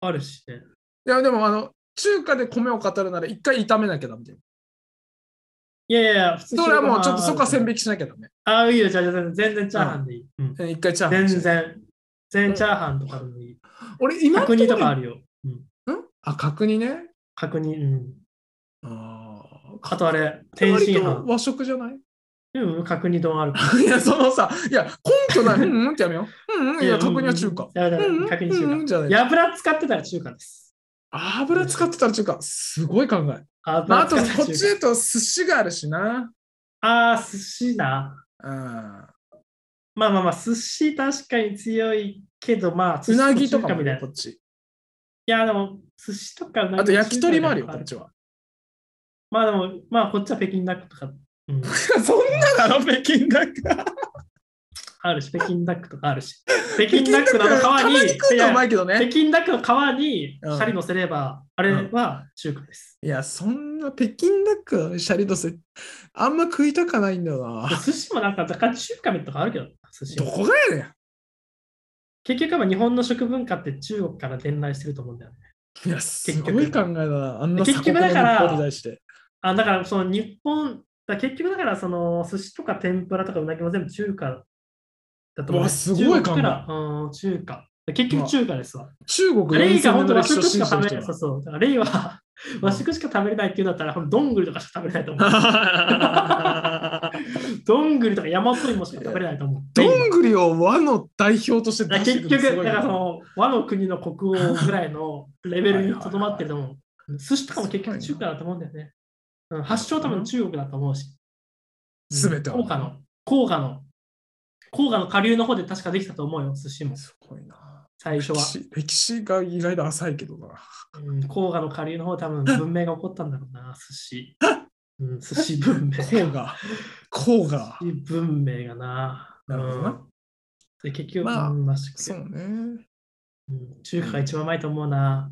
Speaker 2: あるしね。
Speaker 3: いや、でもあの、中華で米を語るなら一回炒めなきゃダメだよ。
Speaker 2: いやいやいや、普
Speaker 3: それはもうちょっとそこは線
Speaker 2: 引
Speaker 3: 引きしなきゃダメ。
Speaker 2: ああ、いいよ、じゃあじゃあ全然チャーハンでいい。うん、
Speaker 3: うん一回チャーハン
Speaker 2: 全
Speaker 3: にして。
Speaker 2: 然。全然チャーハンとかでもいい。
Speaker 3: 俺今の
Speaker 2: 角煮とかあ
Speaker 3: る。
Speaker 2: るよ。うん、
Speaker 3: うんあ、角煮ね。
Speaker 2: 角煮、うん。
Speaker 3: あー
Speaker 2: あとあれ、天津
Speaker 3: 割と
Speaker 2: 飯。
Speaker 3: 和食じゃない
Speaker 2: うん、角煮丼あるから。
Speaker 3: いや、そのさ、いや、根拠 ない。うんうんってやめよう。うんうん、いや、確認は中華。
Speaker 2: いやいや
Speaker 3: うんうん
Speaker 2: 確認中華
Speaker 3: うんうんじゃない。
Speaker 2: 油使ってたら中華です。
Speaker 3: 油使ってたら中華。すごい考え。まあ、
Speaker 2: 油
Speaker 3: あと、こ
Speaker 2: 使ってたら
Speaker 3: っ
Speaker 2: 中
Speaker 3: ち
Speaker 2: 華
Speaker 3: だと寿司があるしな。
Speaker 2: ああ、寿司な。
Speaker 3: うん。
Speaker 2: まあまあまあ、寿司確かに強いけど、まあ、
Speaker 3: うなぎとか
Speaker 2: 寿司中華
Speaker 3: も
Speaker 2: みたい
Speaker 3: こ
Speaker 2: な。
Speaker 3: っち。
Speaker 2: や、でも、寿司とかなんか
Speaker 3: あと焼き鳥もあるよ、
Speaker 2: 中
Speaker 3: こ
Speaker 2: 華
Speaker 3: っ
Speaker 2: と
Speaker 3: ち
Speaker 2: か
Speaker 3: は。
Speaker 2: まあでも、まあこっちは北京ダックとか、うん、
Speaker 3: そんななの北京ダック。
Speaker 2: あるし、北京ダックとかある し。北京ダックのあの
Speaker 3: たま
Speaker 2: 皮
Speaker 3: に
Speaker 2: に、
Speaker 3: 食う
Speaker 2: い
Speaker 3: の
Speaker 2: や
Speaker 3: うまいけど
Speaker 2: 北
Speaker 3: ね。
Speaker 2: 京ダックの皮にシ
Speaker 3: うん
Speaker 2: ャリ乗せれば、あれは中華です。
Speaker 3: いや、そんな北京ダックのねシャリドス、あんま食いたかないんだよな。
Speaker 2: 寿司もなんか若干中華麺とかあるけど、寿司
Speaker 3: ど
Speaker 2: も
Speaker 3: こがやねん。
Speaker 2: 結局は日本の食文化って中国から伝来してると思うんだよね。
Speaker 3: いや、すごい考えだな。あんな
Speaker 2: 結
Speaker 3: 鎖国
Speaker 2: 局
Speaker 3: の
Speaker 2: だ
Speaker 3: 日
Speaker 2: から
Speaker 3: 本に対して。
Speaker 2: あだからその日本、だ結局だからその寿司とか天ぷらとかうなぎも全部中華だと思う、
Speaker 3: うわすごい考え
Speaker 2: 中国からうん中華。結局中華ですわ。
Speaker 3: 中国
Speaker 2: レイが
Speaker 3: 4000
Speaker 2: 本
Speaker 3: 年
Speaker 2: 当
Speaker 3: の
Speaker 2: 和
Speaker 3: 歴史を
Speaker 2: 食し
Speaker 3: 信
Speaker 2: か
Speaker 3: じてる人
Speaker 2: 食べれない。そう
Speaker 3: だ
Speaker 2: そう。だからレイは和食しか食べれないっていうんだったら、ほんとどんぐりとかしか食べれないと 思う。どんぐりとか山っぽいものしか食べれないと思う。
Speaker 3: どんぐりを和の代表として
Speaker 2: だか
Speaker 3: 出
Speaker 2: ら
Speaker 3: してく
Speaker 2: 結
Speaker 3: る
Speaker 2: 局、
Speaker 3: す
Speaker 2: だ
Speaker 3: ご
Speaker 2: か
Speaker 3: い
Speaker 2: らそ
Speaker 3: な
Speaker 2: の和の国の国王ぐらいのレベルにとどまってると思う。寿司とかも結局中華だと思うんだよね。うん発祥多分中国だと思うし。
Speaker 3: 全ては
Speaker 2: は。甲賀の、甲賀の、甲賀の下流の方で確かできたと思うよ、寿司も。
Speaker 3: すごいな。
Speaker 2: 最初
Speaker 3: 歴
Speaker 2: は。
Speaker 3: 史歴史が意外と浅いけ どな。
Speaker 2: うん、甲賀の下流の方多分文明が起こったんだろ うな、寿司。うん、寿司文明。
Speaker 3: こうが、こう が。
Speaker 2: 寿司文明がな。
Speaker 3: なるほど
Speaker 2: うん
Speaker 3: な。
Speaker 2: で結局、
Speaker 3: まあ
Speaker 2: うん和食で
Speaker 3: そうね。
Speaker 2: うん中華が一番うまいと思うな。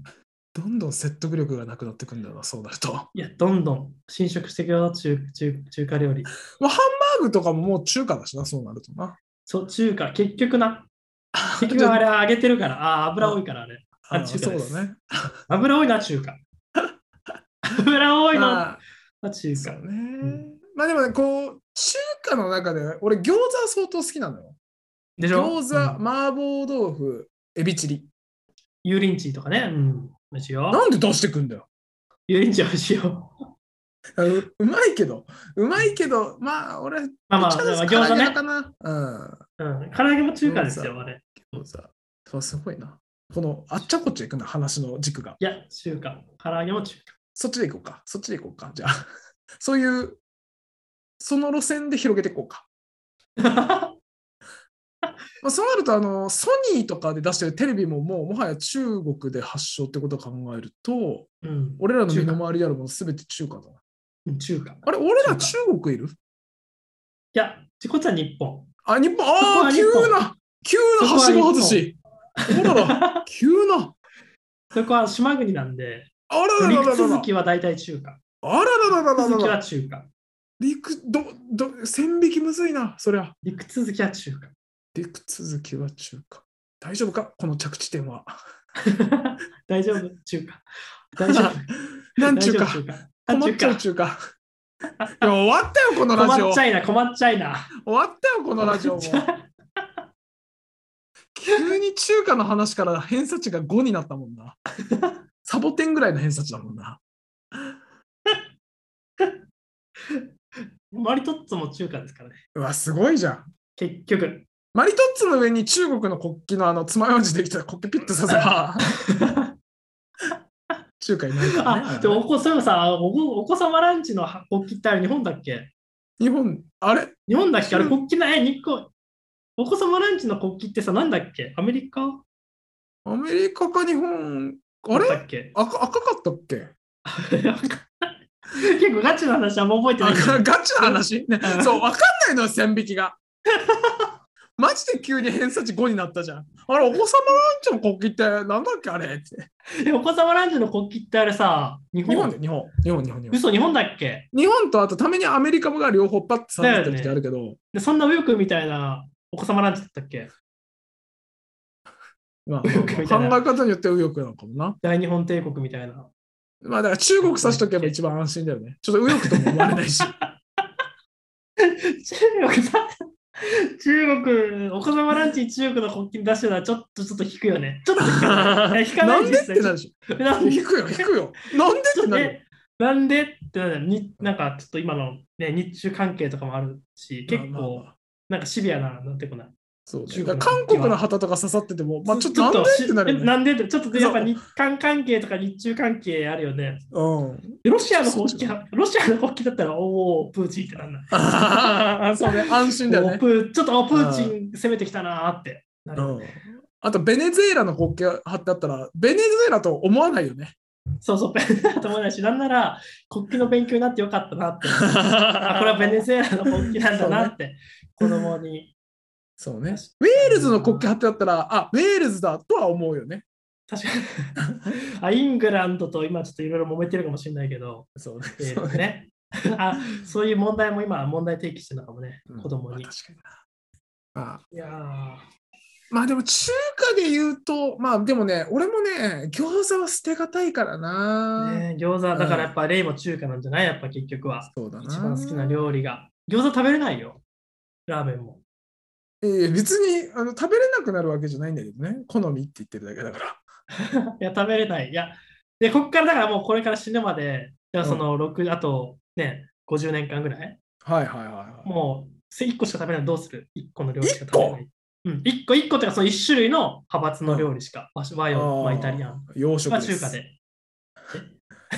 Speaker 3: どんどん説得力がなくなってくんだよな、そうなると。
Speaker 2: いや、どんどん侵食していくよ、中中中華料理。
Speaker 3: まあ、ハンバーグとかももう中華だしな、そうなると な。
Speaker 2: そう、中華、結局な。結局あれ揚げてるから、ああー、油多いからあれ。
Speaker 3: あ
Speaker 2: 中華です
Speaker 3: そうだね。
Speaker 2: 油多いな、中華。油多いの
Speaker 3: まあ
Speaker 2: な、中
Speaker 3: そう
Speaker 2: 華。
Speaker 3: ね
Speaker 2: ん。
Speaker 3: まあでもね、こう、中華の中で、俺、餃子は相当好きなのよ。
Speaker 2: でしょ
Speaker 3: 餃子、
Speaker 2: うん
Speaker 3: 麻婆豆腐、エビチリ。
Speaker 2: 油淋鶏とかね。うん。美味しいよ。
Speaker 3: なんで出してくんだよ。
Speaker 2: 油淋鶏美味しいよ。
Speaker 3: あのううまいけど、うまいけど、まあ、俺、どっち
Speaker 2: まあまあ、
Speaker 3: か
Speaker 2: で
Speaker 3: です
Speaker 2: も
Speaker 3: 唐揚
Speaker 2: 餃子
Speaker 3: げ派
Speaker 2: ね。
Speaker 3: かな。うん。
Speaker 2: うん。唐揚げも中華です
Speaker 3: 餃
Speaker 2: よ、
Speaker 3: 子
Speaker 2: あれ。
Speaker 3: 餃子。そう、すごいな。この、あっちゃこっちゃ行くな、話の軸が。
Speaker 2: いや、中華。唐揚げも中華。
Speaker 3: そっちで行こうか。そっちで行こうか。じゃあ、そういう、その路線で広げていこうか。 まあ、そうなるとあの、ソニーとかで出してるテレビももうもはや中国で発祥ってことを考えると、
Speaker 2: うん。
Speaker 3: 俺らの身の回りであるもの全て中華だな。
Speaker 2: うん中華。い
Speaker 3: あれ、俺ら中
Speaker 2: 中
Speaker 3: 国いる
Speaker 2: や、こっちは日本。
Speaker 3: あ、日本、
Speaker 2: そこ
Speaker 3: ああ
Speaker 2: は
Speaker 3: ー、
Speaker 2: 日
Speaker 3: 急
Speaker 2: 本
Speaker 3: な、急なはしご外し。あらら、 急な。
Speaker 2: そこは島国な んで、
Speaker 3: あらららら
Speaker 2: 陸
Speaker 3: ら
Speaker 2: 続
Speaker 3: ら。
Speaker 2: きは大体中華。
Speaker 3: あらららららら
Speaker 2: 陸続き
Speaker 3: ら
Speaker 2: は。中華。
Speaker 3: 陸、ど、ど、線引きむずいな、そりゃ。
Speaker 2: 陸続きは中華。
Speaker 3: 陸続きは中華。大丈夫かこの着地点は。
Speaker 2: 大丈夫中華。大丈夫。
Speaker 3: なんちゅう
Speaker 2: 大
Speaker 3: か
Speaker 2: 丈。夫中華。あ
Speaker 3: 困っちゃう中華。いや終わったよ、この
Speaker 2: 中華
Speaker 3: ラジ
Speaker 2: 困
Speaker 3: オ。
Speaker 2: っち
Speaker 3: 終
Speaker 2: ゃいな、困っちゃいな。
Speaker 3: わったよ、このラジ オも。急に中華の話から偏差値が5になったもん な。サボテンぐらいの偏差値だもんな。
Speaker 2: マリトッツォも中華ですからね。
Speaker 3: うわ、すごいじゃん。
Speaker 2: 結局。
Speaker 3: マリトッツォの上に中国の国旗のあの爪楊枝できた国旗ピッとさせ ば。中華いないから、ね
Speaker 2: あ、。でもお子そういえばさお子、お子様ランチの国旗ってあれ日本だっけ
Speaker 3: 日本、あれ
Speaker 2: 日本だっけあれ国旗ない、日本。お子様ランチの国旗ってさ、なんだっけアメリカ
Speaker 3: アメリカか日本、あれ
Speaker 2: だっけ
Speaker 3: 赤赤かったっけ
Speaker 2: 結構ガチな話はもう覚えてないけど。
Speaker 3: あガチな話、ね、そう、わかんないのよ、線引き が。マジで急に偏差値5になったじゃん。あれ、お子様ランチの国旗ってなんだっけあれって。
Speaker 2: えお子様ランチの国旗ってあれさ、日
Speaker 3: 日本
Speaker 2: 本
Speaker 3: で、日本、日本、日本、日本。
Speaker 2: 嘘、日本だっけ
Speaker 3: 日本とあとためにアメリカが両方パッと下がってる時あるけど、
Speaker 2: でそんな右翼みたいなお子様ランチだったっけ
Speaker 3: まあ、
Speaker 2: 右翼みたいな
Speaker 3: 考え方によって右翼なのかもな。
Speaker 2: 大日本帝国みたいな。
Speaker 3: まあ、だから中国指しとけば一番安心だよね。ちょっと右翼とも思われ ないし。
Speaker 2: 中国さ、中国、お子様ランチに中国の国旗に出してたらちょっとちょっと引くよね。ちょっと引くよ ね。え引かな
Speaker 3: ないんで
Speaker 2: で
Speaker 3: っ
Speaker 2: す
Speaker 3: てな
Speaker 2: よ。
Speaker 3: るでし
Speaker 2: な
Speaker 3: ょ。
Speaker 2: んで
Speaker 3: 引くよ、引くよ。なんで
Speaker 2: ち
Speaker 3: って
Speaker 2: ょっと
Speaker 3: なるよ。
Speaker 2: えなんでってなるになんかちょっと今の、ね、日中関係とかもあるし、結
Speaker 3: まあまあ
Speaker 2: 構
Speaker 3: まあ
Speaker 2: なんかシビアな、なんていうかな。
Speaker 3: そうね
Speaker 2: 中
Speaker 3: だ
Speaker 2: 国の
Speaker 3: から韓国の旗とか刺さってても、まあ、ちょっとなんでってなるよ
Speaker 2: し
Speaker 3: ね。
Speaker 2: なんでってちょっとやっぱ日韓関係とか日中関係あるよね。
Speaker 3: うん、
Speaker 2: でロシアの国旗、ロシアの国旗だったら、おお、プーチンってなんない。
Speaker 3: ああ、そうね、安心だよ
Speaker 2: おー
Speaker 3: ね。
Speaker 2: プーちょっとおプーチン攻めてきたなーってなるよね。
Speaker 3: あと、ベネズエラの国旗貼ってあったら、ベネズエラと思わないよね。
Speaker 2: そうそう、ベ ネズエラと思いないし、なんなら国旗の勉強になってよかったな って。あ、
Speaker 3: あ
Speaker 2: これはベネズエラの国旗なんだなって、子供に。
Speaker 3: そうね。ウェールズの国旗貼ってあったら、あ、ウェールズだとは思うよね。
Speaker 2: 確かに あ。イングランドと今ちょっといろいろ揉めてるかもしれないけど、
Speaker 3: そう
Speaker 2: え
Speaker 3: ね。そう
Speaker 2: ー
Speaker 3: ね
Speaker 2: ね。 あそういう問題も今、問題提起してるのかもね、子供に。
Speaker 3: まあ確かにな。まあ、
Speaker 2: いやー
Speaker 3: まあでも中華で言うと、まあでもね、俺もね、餃子は捨てがたいからな。
Speaker 2: ね、餃子、だからやっぱ、レイも中華なんじゃないやっぱ結局は。
Speaker 3: そうだな。
Speaker 2: 一番好きな料理が。餃子食べれないよ。ラーメンも。
Speaker 3: いやいや別にあの食べれなくなるわけじゃないんだけどね。好みって言ってるだけだから。
Speaker 2: いや、食べれない。いや、で、こっからだからもうこれから死ぬまで、じゃあその6、あとね、50年間ぐらい、
Speaker 3: はいはいはいはい。
Speaker 2: もうせ1個しか食べれない。どうする ?1 個の料理しか食べれない。うん、1個1個っていうか、その1種類の派閥の料理しか、和和洋、まあ、イタリアン、
Speaker 3: あー洋食
Speaker 2: まあ、
Speaker 3: です。
Speaker 2: 中華で。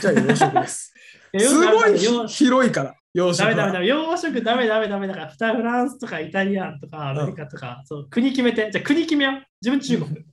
Speaker 3: じゃあ洋食です。
Speaker 2: いや
Speaker 3: すごい
Speaker 2: 洋食
Speaker 3: 広いから、洋食
Speaker 2: ダ
Speaker 3: は
Speaker 2: メダメダメ、洋食ダメダメダメだから、フタフランスとかイタリアンとかアメリカとか、そう国決めて、じゃあ国決めよう。自分中国、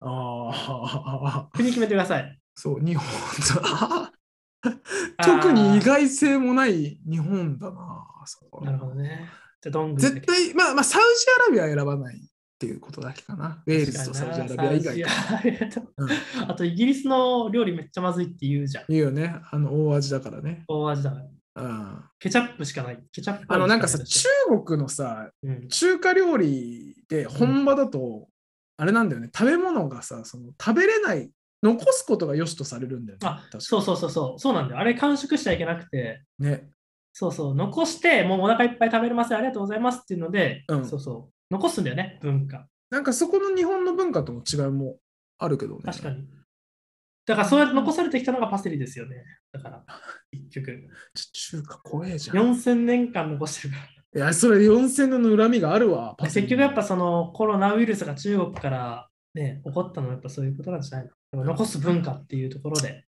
Speaker 3: ああ、
Speaker 2: 国決めてください。
Speaker 3: そう、日本 だ。 特に意
Speaker 2: あ
Speaker 3: 外性もない日本だな。そこ
Speaker 2: ーなるほどね。じゃあ、どんぐりだけ
Speaker 3: 絶対、まあ、まあ、サウジアラビアは選ばないっていうことだけかな。ウェールズとサウジアラビア以外か。
Speaker 2: サウジアラビアと
Speaker 3: うん
Speaker 2: あとイギリスの料理めっちゃまずいって言うじゃん。
Speaker 3: 言うよね。あの、大味だからね。
Speaker 2: 大味だから。
Speaker 3: うん。
Speaker 2: ケチャップしかない。ケチャップ
Speaker 3: あの、なんかさ、
Speaker 2: し
Speaker 3: 中国のさ、
Speaker 2: ないうん、
Speaker 3: 中華料理で本場だと、あれなんだよね。食べ物がさ、その食べれない、残すことが良しとされるんだよね。
Speaker 2: あ
Speaker 3: 確かに
Speaker 2: そうそうそうそう。そうなんだよ。あれ完食しちゃいけなくて、
Speaker 3: ね。
Speaker 2: そうそう。残して、もうお腹いっぱい食べれますありがとうございますっていうので、
Speaker 3: うん
Speaker 2: そうそう。残すんだよね、文化。
Speaker 3: なんかそこの日本の文化との違いもあるけどね。
Speaker 2: 確かに。だからそうやって残されてきたのがパセリですよね。だから、結局。
Speaker 3: ち中華怖えじゃん。い
Speaker 2: 4000年間残してるから。
Speaker 3: や、それ4000年の恨みがあるわ。パセ
Speaker 2: 結
Speaker 3: リ
Speaker 2: 局やっぱそのコロナウイルスが中国から、ね、起こったのはやっぱそういうことなんじゃないのでも残す文化っていうところで、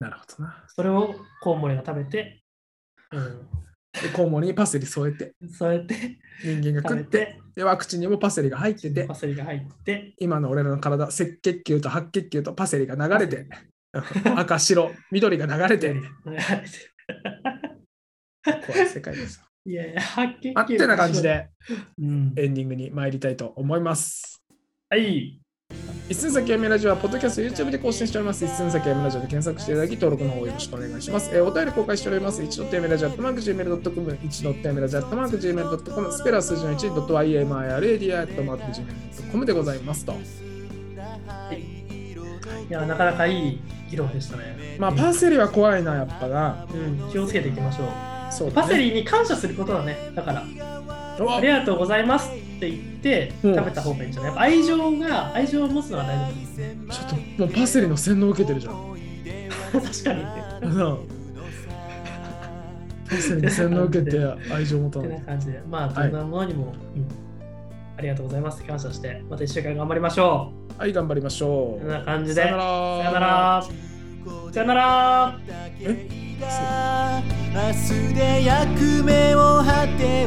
Speaker 3: なるほどな。
Speaker 2: それをコウモリが食べて、う
Speaker 3: で、コウモリにパセリ添えて、
Speaker 2: ん、そうやって
Speaker 3: 人間が
Speaker 2: 食
Speaker 3: 食
Speaker 2: べ
Speaker 3: って、
Speaker 2: て、
Speaker 3: で、ワクチンにもパセリが入ってて
Speaker 2: パ、セリが入って、
Speaker 3: 今の俺らの体、赤血球と白血球とパセリが流れて、 赤、白、緑が流れ て、怖い世界ですよ。
Speaker 2: いやいや、発見
Speaker 3: あってな感じ。で
Speaker 2: うん、
Speaker 3: エンディングに参りたいと思います。
Speaker 2: はい、
Speaker 3: 一寸先 M ラジオは、ポッドキャスト、YouTube で更新しております。一寸先 M ラジオで検索していただき、登録の方よろしくお願いします。えーお便り公開しております。1.M ラジオ、ットマーク Gmail.com、1.M ラジオ、ットマーク Gmail.com、スペラー数字の 1.YMIRADI、ットマーク Gmail.com でございますと。
Speaker 2: いや、なかなかいい議論でしたね。
Speaker 3: まあ、パセリは怖いな、やっぱな。
Speaker 2: うん、気をつけていきましょう。
Speaker 3: そう、ね。
Speaker 2: パセリに感謝することだね。だから、
Speaker 3: うわ
Speaker 2: ありがとうございますって言って
Speaker 3: うん
Speaker 2: 食べた方がいいんじゃないやっぱ愛情が、愛情を持つのは大事ですね。
Speaker 3: ちょっともうパセリの洗脳受けてるじゃん。
Speaker 2: 確かにね。
Speaker 3: うんパセリの洗脳受けて愛情持た
Speaker 2: って
Speaker 3: な。
Speaker 2: ない感じで、まあ、ど
Speaker 3: はい
Speaker 2: んなものにも、うんありがとうございますって感謝して、また1週間頑張りましょ
Speaker 3: はい、頑張りましょ
Speaker 2: う。こん
Speaker 3: う。
Speaker 2: な感じ
Speaker 3: さ
Speaker 2: で、
Speaker 3: よなら。
Speaker 2: さよな。ら。さよなら。
Speaker 3: え
Speaker 1: 明日で役目を果て